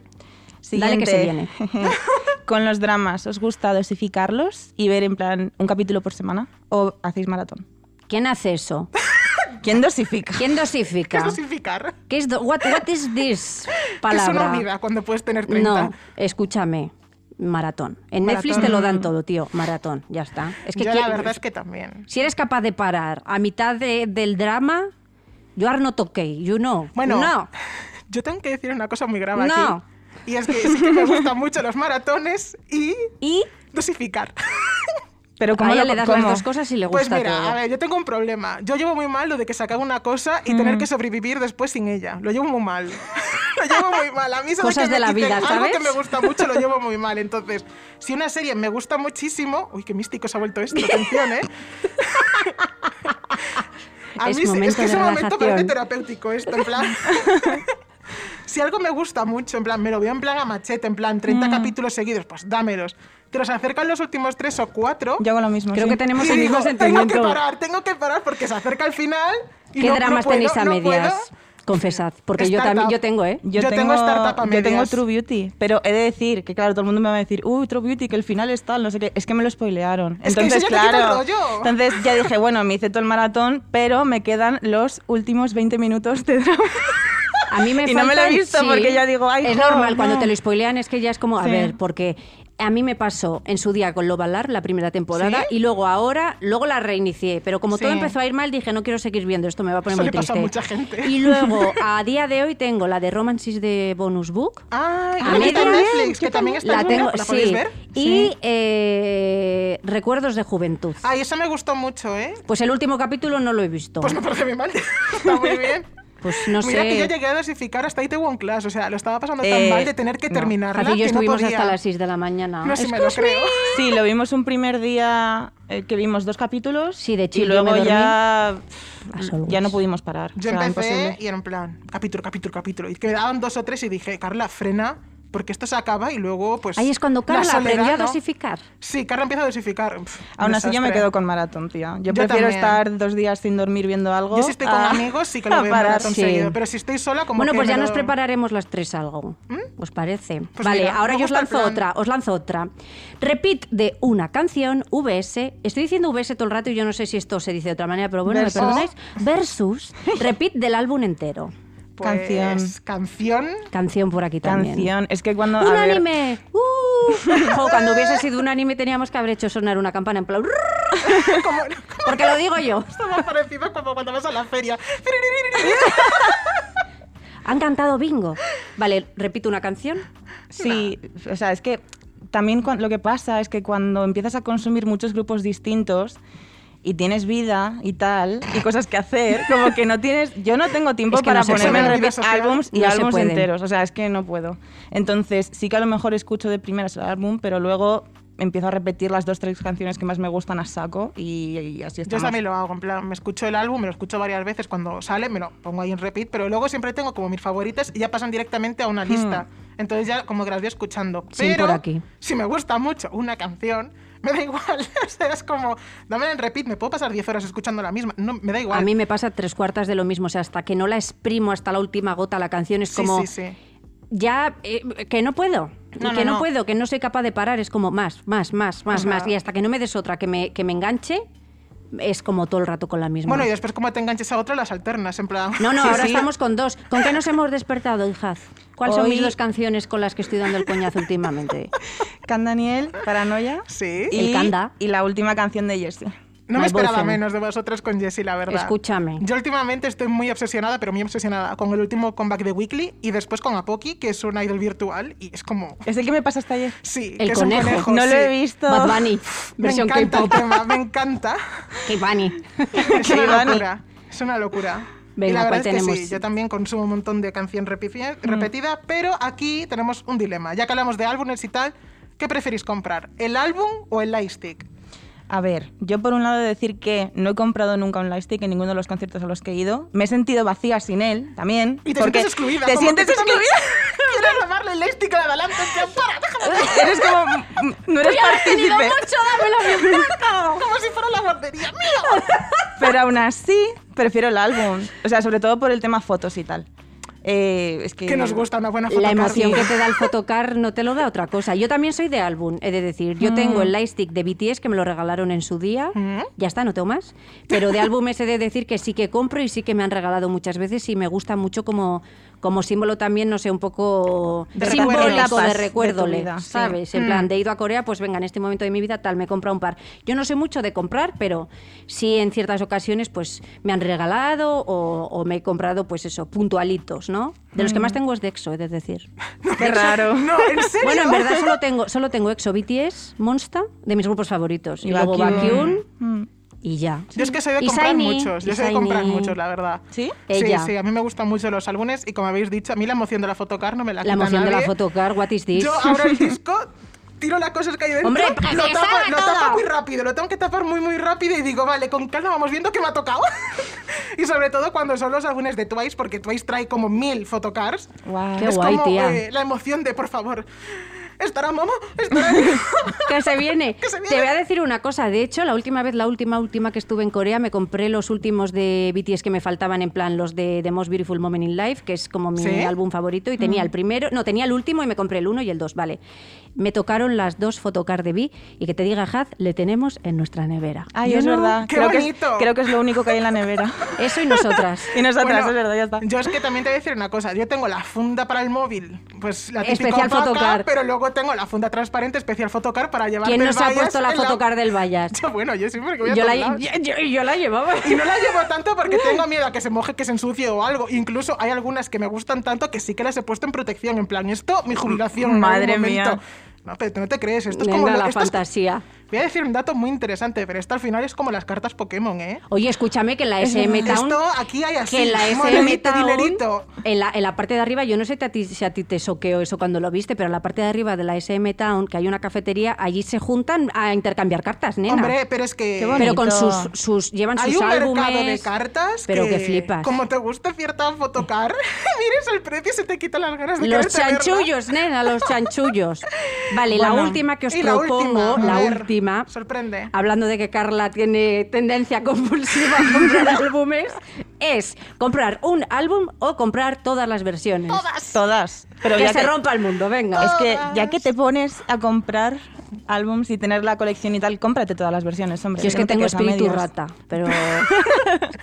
Speaker 2: Dale que se
Speaker 4: siguiente. Con los dramas, ¿os gusta dosificarlos y ver en plan un capítulo por semana? ¿O hacéis maratón?
Speaker 2: ¿Quién hace eso?
Speaker 4: ¿Quién dosifica?
Speaker 2: ¿Quién
Speaker 3: ¿Qué es
Speaker 2: dosifica?
Speaker 3: dosificar?
Speaker 2: ¿Qué es do- what, what is this
Speaker 3: Que es una
Speaker 2: palabra?
Speaker 3: unidad cuando puedes tener 30.
Speaker 2: no, escúchame. Maratón. En Netflix te
Speaker 3: Maratón.
Speaker 2: lo dan todo, tío. Maratón, ya está. Es que
Speaker 3: Yo la
Speaker 2: quiero-
Speaker 3: verdad es que también.
Speaker 2: si eres capaz de parar a mitad de- del drama, you are not okay, you know.
Speaker 3: Bueno,
Speaker 2: no.
Speaker 3: yo tengo que decir una cosa muy grave
Speaker 2: No.
Speaker 3: aquí. Y es que sí que me gustan mucho los maratones y
Speaker 2: Y
Speaker 3: dosificar.
Speaker 4: Pero
Speaker 2: a
Speaker 4: como
Speaker 2: ella le das las dos cosas y le gusta
Speaker 3: Pues mira,
Speaker 2: todo.
Speaker 3: a ver, yo tengo un problema. Yo llevo muy mal lo de que se acaba una cosa y
Speaker 2: Mm.
Speaker 3: tener que sobrevivir después sin ella. Lo llevo muy mal. lo llevo muy mal. A mí eso
Speaker 2: Cosas
Speaker 3: que me
Speaker 2: de la
Speaker 3: quiten
Speaker 2: vida,
Speaker 3: Algo
Speaker 2: ¿sabes?
Speaker 3: que me gusta mucho lo llevo muy mal. Entonces, si una serie me gusta muchísimo... Uy, qué místico se ha vuelto esto. Atención, ¿eh? A
Speaker 2: Es
Speaker 3: mí sí- es
Speaker 2: momento
Speaker 3: que es
Speaker 2: de
Speaker 3: un momento parece
Speaker 2: relajación.
Speaker 3: terapéutico esto, en plan... si algo me gusta mucho, en plan, me lo veo en plan a machete, en plan 30
Speaker 2: Mm.
Speaker 3: capítulos seguidos, pues dámelos. Te los acercan los últimos tres o cuatro.
Speaker 4: Yo hago lo mismo.
Speaker 2: Creo
Speaker 4: sí.
Speaker 2: que tenemos
Speaker 3: Y
Speaker 2: el
Speaker 3: digo,
Speaker 2: mismo
Speaker 3: tengo que
Speaker 2: sentimiento.
Speaker 3: parar, tengo que parar porque se acerca el final. Y
Speaker 2: ¿Qué
Speaker 3: no- no
Speaker 2: dramas
Speaker 3: puedo,
Speaker 2: tenéis a
Speaker 3: no
Speaker 2: medias?
Speaker 3: puedo.
Speaker 2: Confesad, porque yo
Speaker 3: Startup.
Speaker 2: también yo tengo, ¿eh?
Speaker 3: Yo tengo startup a
Speaker 4: Yo tengo
Speaker 3: medias.
Speaker 4: True Beauty, pero he de decir que, claro, todo el mundo me va a decir, uy, True Beauty, que el final es tal, no sé qué. Es que me lo spoilearon.
Speaker 3: Es que
Speaker 4: Entonces,
Speaker 3: eso ya te quita el
Speaker 4: claro.
Speaker 3: rollo.
Speaker 4: Entonces ya dije, bueno, me hice todo el maratón, pero me quedan los últimos 20 minutos de drama.
Speaker 2: A mí me
Speaker 4: Y no me lo he
Speaker 2: faltan-
Speaker 4: visto porque ya digo, "Ay,
Speaker 2: Es
Speaker 4: jo,
Speaker 2: normal, cuando
Speaker 4: no".
Speaker 2: te lo spoilean es que ya es como, a
Speaker 4: Sí.
Speaker 2: ver, porque a mí me pasó en su día con Lovalar la primera temporada
Speaker 3: ¿Sí?
Speaker 2: y luego ahora, luego la reinicié, pero como
Speaker 4: Sí.
Speaker 2: todo empezó a ir mal dije, no quiero seguir viendo esto, me va a poner
Speaker 3: Eso
Speaker 2: muy
Speaker 3: le pasa
Speaker 2: triste.
Speaker 3: a mucha gente.
Speaker 2: Y luego, a día de hoy tengo la de Romances de Bonus Book.
Speaker 3: Ay,
Speaker 2: A
Speaker 3: ah, que
Speaker 2: mí
Speaker 3: está en
Speaker 2: también,
Speaker 3: Netflix,
Speaker 4: yo
Speaker 3: que también está
Speaker 2: la
Speaker 3: en
Speaker 2: tengo,
Speaker 3: Netflix. ¿La podéis
Speaker 2: sí.
Speaker 3: ver?
Speaker 2: Y eh, Recuerdos de Juventud.
Speaker 3: Ay, eso me gustó mucho, ¿eh?
Speaker 2: Pues el último capítulo no lo he visto.
Speaker 3: Pues me parece bien mal. está muy bien.
Speaker 2: Pues no
Speaker 3: Mira
Speaker 2: sé.
Speaker 3: que yo llegué a dosificar hasta Itaewon Class, o sea, lo estaba pasando tan
Speaker 4: Eh,
Speaker 3: mal de tener que
Speaker 4: no.
Speaker 3: terminarla
Speaker 2: Jaci y yo
Speaker 3: que no
Speaker 2: estuvimos
Speaker 3: podía.
Speaker 2: hasta las 6 de la mañana.
Speaker 3: No sé, me lo
Speaker 2: Excuse me.
Speaker 3: creo.
Speaker 4: Sí, lo vimos un primer día eh, que vimos dos capítulos.
Speaker 2: Sí, de
Speaker 4: Y
Speaker 2: chill, yo
Speaker 4: luego
Speaker 2: me dormí.
Speaker 4: ya,
Speaker 2: A solas.
Speaker 4: ya no pudimos parar.
Speaker 3: Yo
Speaker 4: O sea,
Speaker 3: empecé
Speaker 4: imposible.
Speaker 3: y era en plan, capítulo, capítulo, capítulo. Y que me daban dos o tres y dije, Carla, frena, porque esto se acaba y luego, pues.
Speaker 2: Ahí es cuando
Speaker 3: la
Speaker 2: Carla
Speaker 3: soledad,
Speaker 2: aprendió a
Speaker 3: ¿no?
Speaker 2: dosificar.
Speaker 3: Sí, Carla empieza a dosificar. Pf,
Speaker 4: Aún así yo me
Speaker 3: desastre.
Speaker 4: quedo con maratón, tía.
Speaker 3: Yo
Speaker 4: Yo, prefiero
Speaker 3: también.
Speaker 4: estar dos días sin dormir viendo algo.
Speaker 3: Yo si estoy con
Speaker 4: a-
Speaker 3: amigos sí que lo
Speaker 4: a
Speaker 3: veo en
Speaker 4: parar.
Speaker 3: maratón
Speaker 2: Ah, sí.
Speaker 3: seguido, pero si estoy sola como
Speaker 2: Bueno,
Speaker 3: que
Speaker 2: pues
Speaker 3: me
Speaker 2: ya nos
Speaker 3: lo-
Speaker 2: prepararemos las tres algo. ¿Os parece?
Speaker 3: Pues
Speaker 2: vale,
Speaker 3: mira,
Speaker 2: ahora
Speaker 3: me
Speaker 2: yo os
Speaker 3: gusta el
Speaker 2: lanzo
Speaker 3: plan.
Speaker 2: otra. Os lanzo otra. Repeat de una canción, VS. Estoy diciendo VS todo el rato y yo no sé si esto se dice de otra manera, pero bueno,
Speaker 4: Versus.
Speaker 2: me perdonáis. Versus, repeat del álbum entero.
Speaker 3: Pues,
Speaker 4: Canción.
Speaker 3: Canción.
Speaker 2: Canción por aquí también.
Speaker 4: Canción. Es que cuando...
Speaker 2: ¡Un
Speaker 4: a ver,
Speaker 2: anime! ¡Uh! Jo, cuando hubiese sido un anime teníamos que haber hecho sonar una campana en plan...
Speaker 3: como,
Speaker 2: Porque lo digo yo.
Speaker 3: esto me ha parecido como cuando vas a la feria.
Speaker 2: Han cantado bingo. Vale, repito una canción.
Speaker 4: Sí, o sea, es que también cuan- lo que pasa es que cuando empiezas a consumir muchos grupos distintos y tienes vida y tal, y cosas que hacer, como que no tienes... Yo no tengo tiempo
Speaker 2: Es que
Speaker 4: para
Speaker 2: no se
Speaker 4: ponerme en
Speaker 3: puede.
Speaker 4: repeat
Speaker 3: Vida social.
Speaker 4: álbums y
Speaker 2: No se
Speaker 4: álbums
Speaker 2: pueden.
Speaker 4: enteros, o sea, es que no puedo. Entonces, sí que a lo mejor escucho de primeras el álbum, pero luego empiezo a repetir las dos, tres canciones que más me gustan a saco y, y así
Speaker 3: Yo
Speaker 4: estamos.
Speaker 3: también lo hago, en plan, me escucho el álbum, me lo escucho varias veces cuando sale, me lo pongo ahí en repeat, pero luego siempre tengo como mis favoritas y ya pasan directamente a una lista. Entonces ya como que las voy escuchando.
Speaker 2: Hmm. Sí,
Speaker 3: Pero
Speaker 2: por aquí.
Speaker 3: si me gusta mucho una canción, me da igual. o sea, es como, dame en repeat, me puedo pasar 10 horas escuchando la misma. No, me da igual.
Speaker 2: A mí me pasa tres cuartas de lo mismo. O sea, hasta que no la exprimo hasta la última gota la canción es
Speaker 3: sí,
Speaker 2: como...
Speaker 3: sí, sí.
Speaker 2: Ya, eh, que no puedo.
Speaker 3: No, no,
Speaker 2: que no,
Speaker 3: no.
Speaker 2: puedo, que no soy capaz de parar. Es como más, más, más, más,
Speaker 3: Ajá.
Speaker 2: más. Y hasta que no me des otra que me, que me enganche, es como todo el rato con la misma.
Speaker 3: Bueno, y después como te enganches a otra, las alternas, en plan...
Speaker 2: No, no,
Speaker 4: Sí,
Speaker 2: ahora
Speaker 4: sí.
Speaker 2: estamos con dos. ¿Con qué nos hemos despertado, hijaz? ¿Cuáles son
Speaker 4: Hoy-
Speaker 2: mis dos canciones con las que estoy dando el coñazo últimamente?
Speaker 4: Can Daniel, Paranoia.
Speaker 3: Sí.
Speaker 2: El Canda.
Speaker 4: Y la última canción de Jessie.
Speaker 3: No
Speaker 2: My
Speaker 3: me esperaba
Speaker 2: boyfriend.
Speaker 3: menos de vosotras con Jessie, la verdad.
Speaker 2: Escúchame.
Speaker 3: Yo últimamente estoy muy obsesionada, pero muy obsesionada, con el último comeback de Weekly y después con Apoki, que es un idol virtual y es como.
Speaker 4: Es el que me pasaste ayer.
Speaker 3: Sí,
Speaker 2: El
Speaker 3: que es
Speaker 2: conejo.
Speaker 3: un conejo.
Speaker 4: no lo
Speaker 3: sí.
Speaker 4: he visto.
Speaker 2: Bad Bunny,
Speaker 3: Me
Speaker 2: versión
Speaker 3: encanta el
Speaker 2: K-pop.
Speaker 3: tema, me encanta.
Speaker 2: K-Bunny.
Speaker 3: Es
Speaker 4: Sí,
Speaker 3: una
Speaker 4: Dani.
Speaker 3: locura. Es una locura. y
Speaker 2: Venga,
Speaker 3: la verdad
Speaker 2: pues
Speaker 3: es que sí,
Speaker 2: tenemos- Mm.
Speaker 3: yo también consumo un montón de canción repi- repetida, pero aquí tenemos un dilema. Ya que hablamos de álbumes y tal, ¿qué preferís comprar? ¿El álbum o el lightstick?
Speaker 4: A ver, yo por un lado he de decir que no he comprado nunca un lightstick en ninguno de los conciertos a los que he ido. Me he sentido vacía sin él también.
Speaker 3: Y te
Speaker 4: porque
Speaker 3: sientes excluida.
Speaker 4: Te
Speaker 3: como
Speaker 4: sientes
Speaker 3: que tú también
Speaker 4: excluida.
Speaker 3: Quieres robarle el lightstick a la balance, para, déjame.
Speaker 4: eres como. mm, No eres partícipe.
Speaker 3: Como si fuera la bordería. ¡Mío!
Speaker 4: Pero aún así, prefiero el álbum. O sea, sobre todo por el tema fotos y tal. Eh, es que.
Speaker 3: Que nos gusta una buena foto.
Speaker 2: La emoción que
Speaker 3: Carmen.
Speaker 2: te da el fotocar no te lo da otra cosa. Yo también soy de álbum, he de decir.
Speaker 4: Mm.
Speaker 2: Yo tengo el lightstick de BTS que me lo regalaron en su día. Ya está, no tengo más. Pero de álbumes he de decir que sí que compro y sí que me han regalado muchas veces y me gusta mucho como, como símbolo también, no sé, un poco
Speaker 3: De Mm.
Speaker 2: simbólico
Speaker 3: recuerdo.
Speaker 2: de
Speaker 4: Etapas
Speaker 2: recuerdo,
Speaker 4: de tu vida, sí.
Speaker 2: ¿sabes? En plan, de he ido a Corea, pues venga, en este momento de mi vida tal, me compra un par. Yo no sé mucho de comprar, pero sí en ciertas ocasiones pues me han regalado o, o me he comprado pues eso, puntualitos, ¿no? De
Speaker 3: Mm.
Speaker 2: los que más tengo es de EXO, he de decir.
Speaker 4: Qué raro.
Speaker 3: No, en serio.
Speaker 2: Bueno, en verdad solo tengo, solo tengo EXO, BTS, Monsta, de mis grupos favoritos. Y, luego
Speaker 4: Baekhyun.
Speaker 2: Baekhyun
Speaker 4: Mm.
Speaker 2: y ya.
Speaker 3: Yo es que soy de
Speaker 2: Y
Speaker 3: comprar
Speaker 2: Shiny,
Speaker 3: muchos. Yo
Speaker 2: y
Speaker 3: soy de comprar
Speaker 2: Shiny.
Speaker 3: muchos, la verdad.
Speaker 4: ¿Sí?
Speaker 2: Ella.
Speaker 3: Sí, sí, a mí me gustan mucho los álbumes y como habéis dicho, a mí la emoción de la fotocar no me la
Speaker 2: La
Speaker 3: quita
Speaker 2: emoción de la
Speaker 3: nadie.
Speaker 2: fotocar, what is this?
Speaker 3: Yo abro el disco, tiro las cosas que hay dentro,
Speaker 2: Hombre,
Speaker 3: lo,
Speaker 2: que
Speaker 3: tapo,
Speaker 2: salga
Speaker 3: lo
Speaker 2: todo.
Speaker 3: tapo muy rápido, lo tengo que tapar muy muy rápido y digo, vale, con calma vamos viendo qué me ha tocado. y sobre todo cuando son los álbumes de Twice, porque Twice trae como mil fotocars.
Speaker 4: Guau.
Speaker 2: Qué
Speaker 3: es
Speaker 2: guay,
Speaker 3: como
Speaker 2: tía.
Speaker 3: eh, la emoción de, por favor, ¿estará Momo? ¿Estará
Speaker 2: que se viene.
Speaker 3: Que se viene.
Speaker 2: Te voy a decir una cosa. De hecho, la última vez, la última, última que estuve en Corea, me compré los últimos de BTS que me faltaban, en plan los de The Most Beautiful Moment in Life, que es como mi
Speaker 3: ¿Sí? Mm.
Speaker 2: álbum favorito. Y tenía el primero, no, tenía el último y me compré el uno y el dos, vale. Me tocaron las dos fotocard de B y que te diga, Haz, le tenemos en nuestra nevera.
Speaker 4: Ay,
Speaker 2: Yo
Speaker 4: es
Speaker 2: no.
Speaker 4: verdad.
Speaker 3: Qué
Speaker 4: creo, que es,
Speaker 3: bonito.
Speaker 4: creo que es lo único que hay en la nevera.
Speaker 2: Eso y nosotras.
Speaker 4: Y nosotras,
Speaker 3: Bueno,
Speaker 4: es verdad, ya está.
Speaker 3: Yo es que también te voy a decir una cosa. Yo tengo la funda para el móvil, pues la típica
Speaker 2: Especial
Speaker 3: opaca,
Speaker 2: fotocar.
Speaker 3: pero luego tengo la funda transparente especial fotocar para llevar
Speaker 2: ¿Quién nos ha
Speaker 3: Vallas
Speaker 2: puesto la
Speaker 3: en
Speaker 2: fotocar del Vallas?
Speaker 3: Yo, bueno, yo siempre que voy a
Speaker 2: Yo
Speaker 3: todos
Speaker 2: la,
Speaker 3: lados.
Speaker 2: yo- yo- yo la llevaba.
Speaker 3: Y no la llevo tanto porque tengo miedo a que se moje, que se ensucie o algo. Incluso hay algunas que me gustan tanto que sí que las he puesto en protección. En plan, esto, mi jubilación. en algún
Speaker 4: Madre mía.
Speaker 3: momento. No, pero tú no te crees. Esto es como.
Speaker 2: Venga,
Speaker 3: lo-
Speaker 2: la
Speaker 3: esto es-
Speaker 2: fantasía.
Speaker 3: Voy a decir un dato muy interesante, pero esto al final es como las cartas Pokémon, ¿eh?
Speaker 2: Oye, escúchame que en la
Speaker 4: Es
Speaker 2: SM
Speaker 4: verdad.
Speaker 2: Town.
Speaker 3: Esto aquí hay así.
Speaker 2: que en la SM
Speaker 3: monedito,
Speaker 2: Town,
Speaker 3: dinerito.
Speaker 2: en la, en la parte de arriba, yo no sé te- a ti- si a ti te soqueó eso cuando lo viste, pero en la parte de arriba de la SM Town, que hay una cafetería, allí se juntan a intercambiar cartas, nena.
Speaker 3: Hombre, pero es que.
Speaker 4: Qué
Speaker 2: pero
Speaker 4: bonito.
Speaker 2: con sus, sus llevan
Speaker 3: Hay
Speaker 2: sus
Speaker 3: un
Speaker 2: álbumes.
Speaker 3: mercado de cartas
Speaker 2: pero
Speaker 3: que,
Speaker 2: que flipas.
Speaker 3: Como te gusta cierta fotocar, mires el precio y se te quitan las ganas de
Speaker 2: Los
Speaker 3: quererte verla.
Speaker 2: chanchullos, nena, los chanchullos. Vale, la
Speaker 4: Bueno,
Speaker 2: última que os
Speaker 3: y la
Speaker 2: propongo,
Speaker 3: última, a
Speaker 2: la
Speaker 3: ver,
Speaker 2: última,
Speaker 3: Sorprende.
Speaker 2: hablando de que Carla tiene tendencia compulsiva a comprar álbumes, es comprar un álbum o comprar todas las versiones.
Speaker 4: Todas. Pero
Speaker 2: que
Speaker 4: ya
Speaker 2: se
Speaker 4: que-
Speaker 2: rompa el mundo, venga. Oh.
Speaker 4: Es que ya que te pones a comprar álbums y tener la colección y tal, cómprate todas las versiones, hombre.
Speaker 2: Yo es que
Speaker 4: no te
Speaker 2: tengo
Speaker 4: quedes a
Speaker 2: espíritu
Speaker 4: medias.
Speaker 2: rata, pero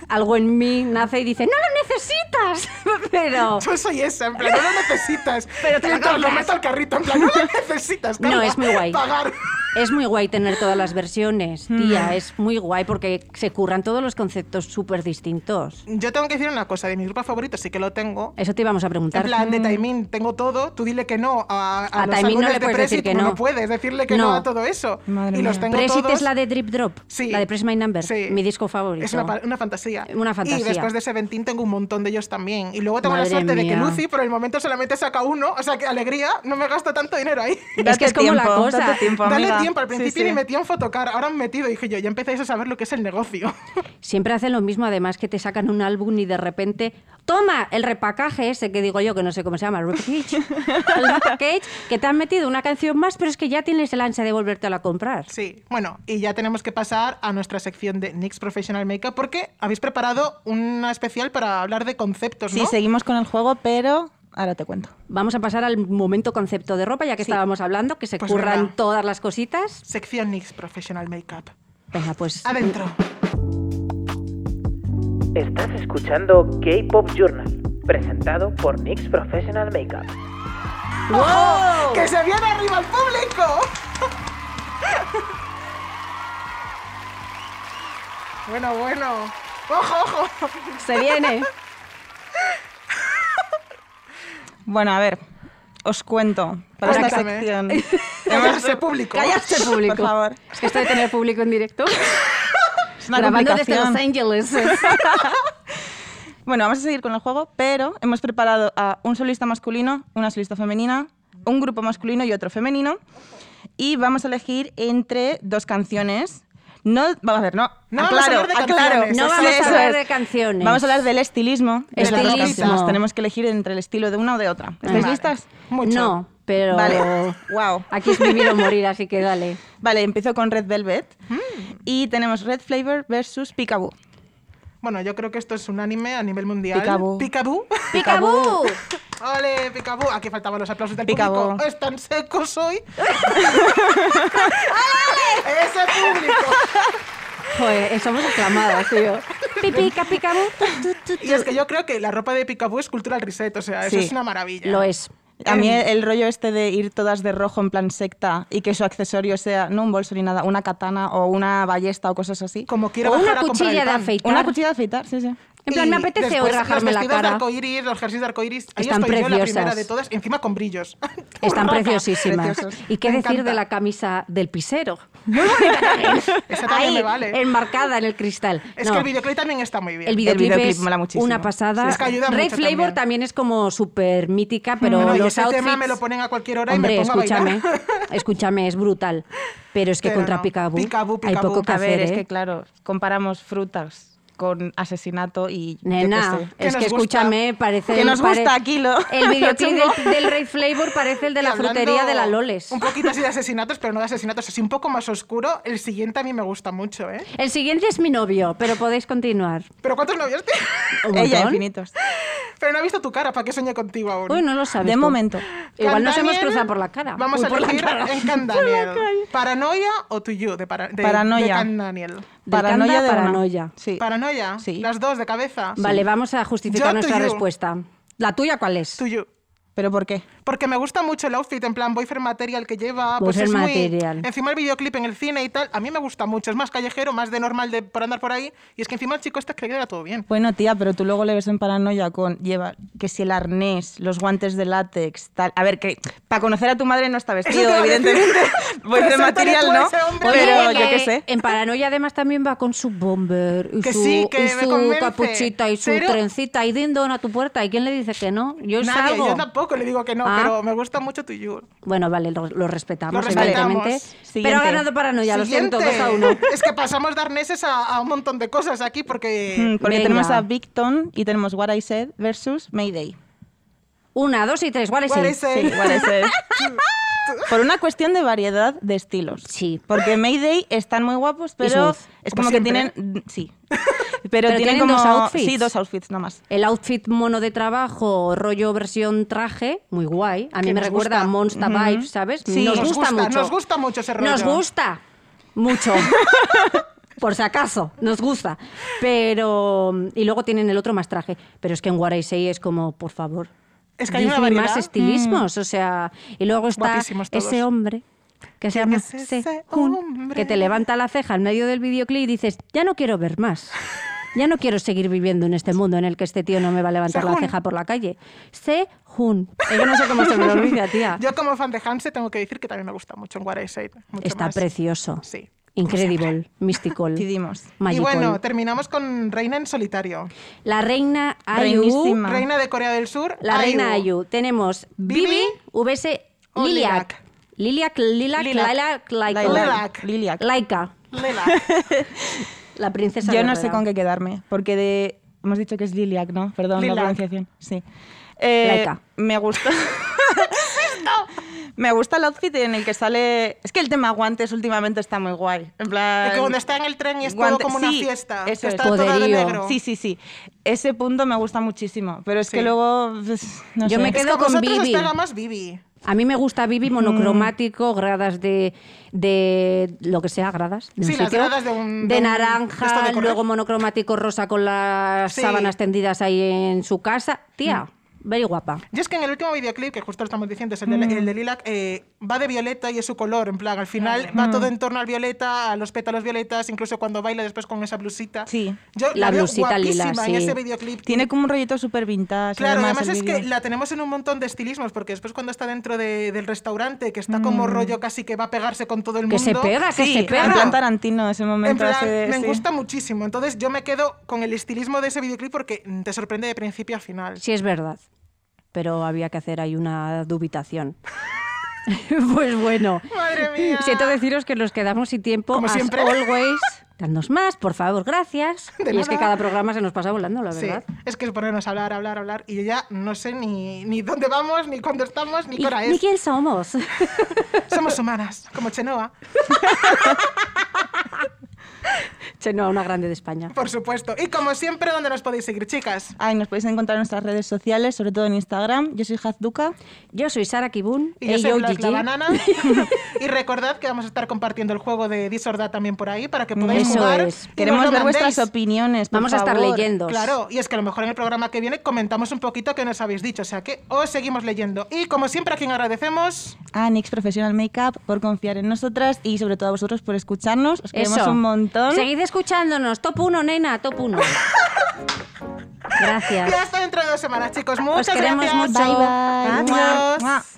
Speaker 2: algo en mí nace y dice, no lo necesitas, pero...
Speaker 3: Yo soy esa, en plan, no lo necesitas.
Speaker 2: Pero te la
Speaker 3: Y entonces lo
Speaker 2: compras.
Speaker 3: meto al carrito, en plan, no lo necesitas.
Speaker 2: No,
Speaker 3: Carla,
Speaker 2: es muy guay.
Speaker 3: Pagar.
Speaker 2: Es muy guay tener todas las versiones, tía, es muy guay porque se curran todos los conceptos súper distintos.
Speaker 3: Yo tengo que decir una cosa, de mis grupos favoritos sí que lo tengo.
Speaker 2: Eso te íbamos a preguntar.
Speaker 3: En plan, de Taimín tengo todo, tú dile que no a, a
Speaker 2: A
Speaker 3: los
Speaker 2: Taemin no le
Speaker 3: álbumes de
Speaker 2: puedes
Speaker 3: Presit,
Speaker 2: decir que
Speaker 3: no.
Speaker 2: no.
Speaker 3: puedes decirle que no,
Speaker 2: No.
Speaker 3: a todo eso.
Speaker 4: Madre
Speaker 3: y los
Speaker 4: mía.
Speaker 3: tengo
Speaker 2: Presit
Speaker 3: todos.
Speaker 2: es la de Drip Drop,
Speaker 3: Sí.
Speaker 2: la de Press My Number,
Speaker 3: Sí.
Speaker 2: mi disco favorito.
Speaker 3: Es una, pa- una fantasía.
Speaker 2: Una fantasía.
Speaker 3: Y después de Seventeen tengo un montón de ellos también. Y luego tengo
Speaker 2: Madre
Speaker 3: la suerte de que
Speaker 2: mía.
Speaker 3: Lucy por el momento solamente saca uno. O sea, que alegría, no me gasto tanto dinero ahí.
Speaker 2: Es que es como la
Speaker 4: tiempo,
Speaker 2: cosa.
Speaker 4: date tiempo,
Speaker 3: Dale
Speaker 4: amiga.
Speaker 3: tiempo, al
Speaker 4: Sí,
Speaker 3: principio
Speaker 4: sí.
Speaker 3: ni metían fotocar, ahora han metido. Dije yo, ya empezáis a saber lo que es el negocio.
Speaker 2: Siempre hacen lo mismo, además que te sacan un álbum y de repente, toma el repacaje ese que digo yo, que no sé cómo se llama, el repackage, el repackage, que te han metido una canción más, pero es que ya tienes el ansia de volverte a comprar.
Speaker 3: Sí, bueno, y ya tenemos que pasar a nuestra sección de NYX Professional Makeup porque habéis preparado una especial para hablar de conceptos,
Speaker 4: Sí,
Speaker 3: ¿no?
Speaker 4: seguimos con el juego, pero ahora te cuento.
Speaker 2: Vamos a pasar al momento concepto de ropa, ya que estábamos hablando, que se
Speaker 3: Pues
Speaker 2: curran
Speaker 3: venga.
Speaker 2: todas las cositas.
Speaker 3: Sección NYX Professional Makeup.
Speaker 2: Venga, pues
Speaker 3: Adentro.
Speaker 1: Estás escuchando K-Pop Journal, presentado por NYX Professional Makeup.
Speaker 4: Oh.
Speaker 3: ¡Que se viene arriba el público! Bueno, bueno. ¡Ojo, ojo!
Speaker 2: Se viene.
Speaker 4: Bueno, a ver, os cuento para esta
Speaker 2: ¿eh?
Speaker 3: Cuéntame.
Speaker 4: sección.
Speaker 3: Cállate, público.
Speaker 2: Cállate, este público.
Speaker 4: Por favor.
Speaker 2: Es que esto de tener público en directo.
Speaker 4: Es una
Speaker 2: Grabando desde Los
Speaker 4: complicación.
Speaker 2: Ángeles.
Speaker 4: Bueno, vamos a seguir con el juego, pero hemos preparado a un solista masculino, una solista femenina, un grupo masculino y otro femenino. Y vamos a elegir entre dos canciones. No, vamos a ver, no.
Speaker 3: No vamos a
Speaker 4: aclaro,
Speaker 3: hablar de
Speaker 4: aclaro.
Speaker 3: canciones,
Speaker 2: No
Speaker 3: Eso
Speaker 2: vamos
Speaker 3: es.
Speaker 2: a
Speaker 4: Eso
Speaker 2: hablar
Speaker 4: es.
Speaker 2: de canciones.
Speaker 4: Vamos a hablar del estilismo. de las dos
Speaker 2: Estilismo.
Speaker 4: canciones. Tenemos que elegir entre el estilo de una o de otra. ¿Estáis
Speaker 3: Vale.
Speaker 4: listas?
Speaker 3: Mucho.
Speaker 2: No, pero.
Speaker 4: Vale. Wow.
Speaker 2: Aquí es vivir o morir, así que dale.
Speaker 4: Vale, empiezo con Red Velvet.
Speaker 2: Mm.
Speaker 4: Y tenemos Red Flavor versus Peekaboo.
Speaker 3: Bueno, yo creo que esto es un anime a nivel mundial.
Speaker 4: Picaboo.
Speaker 3: Picaboo.
Speaker 2: ¡Picaboo!
Speaker 3: ¡Ole, Picaboo! Aquí faltaban los aplausos del
Speaker 4: Picaboo.
Speaker 3: público. ¡Es tan seco soy! ¡Ese público!
Speaker 2: Joder, eh, somos aclamadas, tío. Pipica, picaboo.
Speaker 3: Y es que yo creo que la ropa de Picaboo es cultural reset, o sea, eso
Speaker 4: Sí.
Speaker 3: es una maravilla.
Speaker 2: Lo es.
Speaker 4: A mí
Speaker 2: Em.
Speaker 4: el, el rollo este de ir todas de rojo en plan secta y que su accesorio sea no un bolso ni nada, una katana o una ballesta o cosas así.
Speaker 3: Como quiera
Speaker 2: O
Speaker 3: bajar
Speaker 2: una
Speaker 3: a comprar el
Speaker 2: cuchilla de
Speaker 3: pan.
Speaker 2: afeitar.
Speaker 4: Una cuchilla de afeitar, sí, sí.
Speaker 2: En plan,
Speaker 3: Y
Speaker 2: me apetece hoy
Speaker 3: después
Speaker 2: rajarme
Speaker 3: los
Speaker 2: la
Speaker 3: vestidos de
Speaker 2: cara.
Speaker 3: arcoiris, los jerseys de arcoiris. Ahí
Speaker 2: Están
Speaker 3: estoy yo, la primera
Speaker 2: preciosas. Eh,
Speaker 3: de todas, encima con brillos.
Speaker 2: Están
Speaker 3: Roja.
Speaker 2: preciosísimas.
Speaker 4: Preciosos.
Speaker 2: ¿Y qué
Speaker 3: Me
Speaker 2: decir
Speaker 3: encanta.
Speaker 2: de la camisa del pisero? Muy bonita también.
Speaker 3: Esa también
Speaker 2: Ahí,
Speaker 3: me vale.
Speaker 2: enmarcada en el cristal.
Speaker 3: Es
Speaker 2: No,
Speaker 3: que el videoclip también está muy bien.
Speaker 2: el videoclip,
Speaker 4: videoclip
Speaker 2: es
Speaker 4: mola muchísimo.
Speaker 2: una pasada.
Speaker 3: Sí, es que ayuda
Speaker 2: Red
Speaker 3: mucho
Speaker 2: Flavor
Speaker 3: también. Mm.
Speaker 2: también. es como súper mítica, pero
Speaker 3: Bueno, y
Speaker 2: los
Speaker 3: ese
Speaker 2: outfits...
Speaker 3: tema me lo ponen a cualquier hora y
Speaker 2: Hombre,
Speaker 3: me pongo a
Speaker 2: escúchame,
Speaker 3: bailar.
Speaker 2: escúchame, es brutal. Pero es que
Speaker 3: Pero
Speaker 2: contra
Speaker 3: no.
Speaker 2: Picaboo,
Speaker 3: Picaboo, Picaboo.
Speaker 2: hay poco que
Speaker 4: A
Speaker 2: hacer,
Speaker 4: ver, es
Speaker 2: ¿eh?
Speaker 4: que claro, comparamos frutas con asesinato y... yo qué
Speaker 2: Nena,
Speaker 4: sé.
Speaker 3: ¿Qué
Speaker 2: es
Speaker 3: nos
Speaker 2: que
Speaker 3: gusta?
Speaker 2: escúchame, parece...
Speaker 4: Que
Speaker 2: el-
Speaker 4: nos gusta aquí lo-
Speaker 2: El videoclip
Speaker 4: lo
Speaker 2: del, del Red Flavor parece el de
Speaker 3: Y
Speaker 2: la
Speaker 3: hablando
Speaker 2: frutería de la Loles.
Speaker 3: Un poquito así de asesinatos, pero no de asesinatos, así un poco más oscuro. El siguiente a mí me gusta mucho, ¿eh?
Speaker 2: El siguiente es mi novio, pero podéis continuar.
Speaker 3: ¿Pero cuántos novios tienes?
Speaker 2: ¿Un
Speaker 4: Ella,
Speaker 2: montón?
Speaker 4: infinitos.
Speaker 3: Pero no he visto tu cara, ¿para qué soñé contigo aún?
Speaker 2: Uy, no lo sabes
Speaker 4: De
Speaker 2: tú.
Speaker 4: momento.
Speaker 2: Igual nos
Speaker 3: Can
Speaker 2: hemos
Speaker 3: Daniel,
Speaker 2: cruzado por la cara.
Speaker 3: Vamos
Speaker 2: Uy,
Speaker 3: a
Speaker 2: por la
Speaker 3: elegir
Speaker 2: cara.
Speaker 3: en Can Daniel. ¿Paranoia o To You? De para- de-
Speaker 4: Paranoia.
Speaker 3: De Can Daniel.
Speaker 2: Del Canda,
Speaker 4: una.
Speaker 2: paranoia.
Speaker 4: Sí.
Speaker 3: ¿Paranoia?
Speaker 4: Sí.
Speaker 3: Las dos de cabeza.
Speaker 2: Vale, vamos a
Speaker 3: Yo
Speaker 2: justificar
Speaker 3: to
Speaker 2: nuestra
Speaker 3: you.
Speaker 2: respuesta. ¿La tuya cuál es?
Speaker 3: To You.
Speaker 4: ¿Pero por qué?
Speaker 3: Porque me gusta mucho el outfit, en plan boyfriend material que lleva. Pues
Speaker 2: Boyfriend
Speaker 3: es muy-
Speaker 2: material.
Speaker 3: Encima el videoclip en el cine y tal, a mí me gusta mucho. Es más callejero, más de normal de por andar por ahí. Y es que encima el chico este creía que era todo bien.
Speaker 4: Bueno, tía, pero tú luego le ves en paranoia con lleva que si el arnés, los guantes de látex, tal. A ver, que para conocer a tu madre no está
Speaker 3: Eso
Speaker 4: vestido,
Speaker 3: te iba a decir.
Speaker 4: evidentemente. Pues de
Speaker 3: Preséntale
Speaker 4: material
Speaker 3: tú a
Speaker 4: no,
Speaker 3: ese hombre.
Speaker 4: pero
Speaker 2: Oye,
Speaker 4: yo
Speaker 2: que
Speaker 4: qué sé.
Speaker 2: En Paranoia además también va con su bomber y
Speaker 3: Que
Speaker 2: su,
Speaker 3: sí, que
Speaker 2: y
Speaker 3: me
Speaker 2: su
Speaker 3: convence.
Speaker 2: capuchita y su
Speaker 3: Pero-
Speaker 2: trencita y dindón a tu puerta. ¿Y quién le dice que no? Yo
Speaker 3: Nadie,
Speaker 2: salgo.
Speaker 3: yo tampoco le digo que no,
Speaker 2: Ah.
Speaker 3: pero me gusta mucho tu You.
Speaker 2: Bueno, vale, lo, lo respetamos,
Speaker 3: Lo respetamos.
Speaker 2: evidentemente.
Speaker 4: Siguiente.
Speaker 2: Pero ha ganado Paranoia, lo siento, pues,
Speaker 3: Siguiente.
Speaker 2: dos a uno.
Speaker 3: Es que pasamos de arneses a, a un montón de cosas aquí
Speaker 4: Mm,
Speaker 3: porque...
Speaker 4: Porque
Speaker 2: Venga.
Speaker 4: tenemos a Big Ton y tenemos What I Said versus Mayday.
Speaker 2: Una, dos y tres, ¿cuál es?
Speaker 3: What
Speaker 2: el?
Speaker 3: I said.
Speaker 4: Sí, What I Said. Por una cuestión de variedad de estilos.
Speaker 2: Sí.
Speaker 4: Porque Mayday están muy guapos, pero
Speaker 2: smooth.
Speaker 4: es
Speaker 3: Como
Speaker 4: como, que
Speaker 3: siempre.
Speaker 4: tienen. mm, Sí. Pero,
Speaker 2: tienen
Speaker 4: tienen como.
Speaker 2: dos outfits.
Speaker 4: Sí, dos outfits nomás.
Speaker 2: El outfit mono de trabajo, rollo versión traje, muy guay. A mí
Speaker 3: Que
Speaker 2: me
Speaker 3: nos
Speaker 2: recuerda a Monsta
Speaker 3: gusta.
Speaker 2: Vibes, ¿sabes?
Speaker 4: Sí.
Speaker 2: nos,
Speaker 4: Nos
Speaker 2: gusta, mucho.
Speaker 3: Nos gusta mucho ese rollo.
Speaker 2: Nos gusta mucho. Por si acaso, nos gusta. Pero. Y luego tienen el otro más traje. Pero es que en What I Say es como, por favor.
Speaker 3: Es que hay
Speaker 2: decidme
Speaker 3: una variedad.
Speaker 2: más estilismos. O sea. Y luego está
Speaker 3: Guapísimos todos.
Speaker 2: ese hombre. Que se
Speaker 3: ¿Quién
Speaker 2: llama
Speaker 3: es ese
Speaker 2: Sehun,
Speaker 3: hombre?
Speaker 2: que te levanta la ceja en medio del videoclip y dices, ya no quiero ver más. Ya no quiero seguir viviendo en este mundo en el que este tío no me va a levantar la
Speaker 3: Sehun.
Speaker 2: ceja por la calle. Sehun. Es que no sé cómo se pronuncia, tía.
Speaker 3: Yo como fan de Hanse tengo que decir que también me gusta mucho en What I Said. mucho
Speaker 2: Está
Speaker 3: más.
Speaker 2: precioso.
Speaker 3: Sí.
Speaker 2: Incredible, mystical.
Speaker 4: Decidimos.
Speaker 2: magical.
Speaker 3: Y bueno, terminamos con Reina en solitario.
Speaker 2: la reina Ayu.
Speaker 4: Reinísima. Ma.
Speaker 3: Reina de Corea del Sur.
Speaker 2: Ah. La reina
Speaker 3: IU.
Speaker 2: Ayu. Tenemos
Speaker 3: Bibi,
Speaker 2: Bibi, VS
Speaker 3: o
Speaker 2: Liliac. Liliac, Lilac,
Speaker 3: Lilac.
Speaker 2: Lilac, Laika.
Speaker 3: Lilac.
Speaker 4: Lilac.
Speaker 2: Laika,
Speaker 3: Lela.
Speaker 2: la princesa
Speaker 4: Yo no
Speaker 2: guerrera.
Speaker 4: sé con qué quedarme, porque de... Hemos dicho que es Liliac, ¿no? Perdón
Speaker 3: Lilac.
Speaker 4: la pronunciación. Sí. Eh,
Speaker 2: Laica.
Speaker 4: Me gusta... me gusta el outfit en el que sale... Es que el tema guantes últimamente está muy guay. En plan...
Speaker 3: Que cuando está en el tren y es todo
Speaker 4: Guante-
Speaker 3: como una
Speaker 4: sí,
Speaker 3: fiesta.
Speaker 4: eso
Speaker 3: que
Speaker 4: es.
Speaker 3: está toda de
Speaker 2: Poderío.
Speaker 3: negro.
Speaker 4: Sí, sí, sí. Ese punto me gusta muchísimo, pero es
Speaker 3: Sí.
Speaker 4: que luego... pues, no
Speaker 2: Yo
Speaker 4: sé.
Speaker 2: me
Speaker 3: Es que
Speaker 2: quedo
Speaker 3: a
Speaker 2: con
Speaker 3: vosotros os
Speaker 2: Bibi.
Speaker 3: pega más Bibi.
Speaker 2: A mí me gusta
Speaker 3: Mm.
Speaker 2: Bibi monocromático, gradas de, de lo que sea, gradas. de un
Speaker 3: Sí, las
Speaker 2: sitio,
Speaker 3: gradas de un-
Speaker 2: de
Speaker 3: de un- esto
Speaker 2: naranja,
Speaker 3: de color.
Speaker 2: luego monocromático rosa con las
Speaker 3: Sí. Mm.
Speaker 2: sábanas tendidas ahí en su casa. Tía, Very guapa.
Speaker 3: Yo es que en el último videoclip, que justo lo estamos diciendo, es el de,
Speaker 2: Mm.
Speaker 3: el de Lilac, eh, va de violeta y es su color, en plan, al final
Speaker 2: Mm.
Speaker 3: va todo en torno al violeta, a los pétalos violetas, incluso cuando baila después con esa blusita.
Speaker 4: Sí.
Speaker 3: Yo la,
Speaker 2: La
Speaker 3: veo
Speaker 2: blusita lila,
Speaker 3: guapísima en
Speaker 2: sí.
Speaker 3: ese videoclip.
Speaker 4: Tiene como un rollito súper vintage.
Speaker 3: Claro, además,
Speaker 4: el
Speaker 3: es que
Speaker 4: vídeo.
Speaker 3: la tenemos en un montón de estilismos, porque después cuando está dentro de- del restaurante, que está como rollo casi que va a pegarse con todo el
Speaker 2: Mm. Que
Speaker 3: mundo.
Speaker 2: se pega, que
Speaker 4: Sí,
Speaker 2: se pega.
Speaker 4: en plan Tarantino, ese momento.
Speaker 3: En plan,
Speaker 4: ese de-
Speaker 3: me
Speaker 4: sí.
Speaker 3: gusta muchísimo. Entonces yo me quedo con el estilismo de ese videoclip porque mm, te sorprende de principio a final.
Speaker 2: Sí, es verdad. Pero había que hacer ahí una dubitación. pues bueno.
Speaker 3: Madre mía.
Speaker 2: Siento deciros que nos quedamos sin tiempo.
Speaker 3: Como
Speaker 2: As
Speaker 3: siempre.
Speaker 2: always. Dadnos más, por favor, gracias.
Speaker 3: De
Speaker 2: y es que
Speaker 3: nada.
Speaker 2: cada programa se nos pasa volando, la
Speaker 3: Sí,
Speaker 2: verdad.
Speaker 3: es que es ponernos a hablar, hablar, hablar y yo ya no sé ni, ni dónde vamos, ni cuándo estamos, ni
Speaker 2: ¿Y,
Speaker 3: qué hora
Speaker 2: ¿y
Speaker 3: es.
Speaker 2: quién somos?
Speaker 3: Somos humanas, como Chenoa,
Speaker 2: Chenoa, una grande de España.
Speaker 3: por supuesto. Y como siempre, ¿dónde nos podéis seguir, chicas?
Speaker 4: Ay, nos podéis encontrar en nuestras redes sociales, sobre todo en Instagram. Yo soy Hazduca.
Speaker 2: Yo soy Sara Kibun.
Speaker 3: Y yo
Speaker 2: ey,
Speaker 3: soy
Speaker 2: yo,
Speaker 3: Blas
Speaker 2: Gigi.
Speaker 3: la Banana. y recordad que vamos a estar compartiendo el juego de Disorda también por ahí para que podáis
Speaker 2: Eso
Speaker 3: jugar.
Speaker 2: es.
Speaker 3: y nos
Speaker 4: Queremos
Speaker 3: lo
Speaker 4: ver vuestras
Speaker 3: mandéis.
Speaker 4: opiniones. por
Speaker 2: Vamos a estar
Speaker 4: favor.
Speaker 2: leyendo.
Speaker 3: Claro, y es que a lo mejor en el programa que viene comentamos un poquito que nos habéis dicho, o sea que os seguimos leyendo. Y como siempre, a quien agradecemos.
Speaker 4: A Nix Professional Makeup por confiar en nosotras y sobre todo a vosotros por escucharnos. Os queremos
Speaker 2: Eso.
Speaker 4: un montón.
Speaker 2: Seguid escuchándonos. Top 1, nena, top 1.
Speaker 3: Ya
Speaker 2: Gracias.
Speaker 3: hasta dentro de dos semanas, chicos.
Speaker 2: Os
Speaker 3: Muchas
Speaker 2: queremos
Speaker 3: gracias.
Speaker 2: mucho.
Speaker 4: Bye, bye.
Speaker 3: Adiós.
Speaker 4: Mua, mua.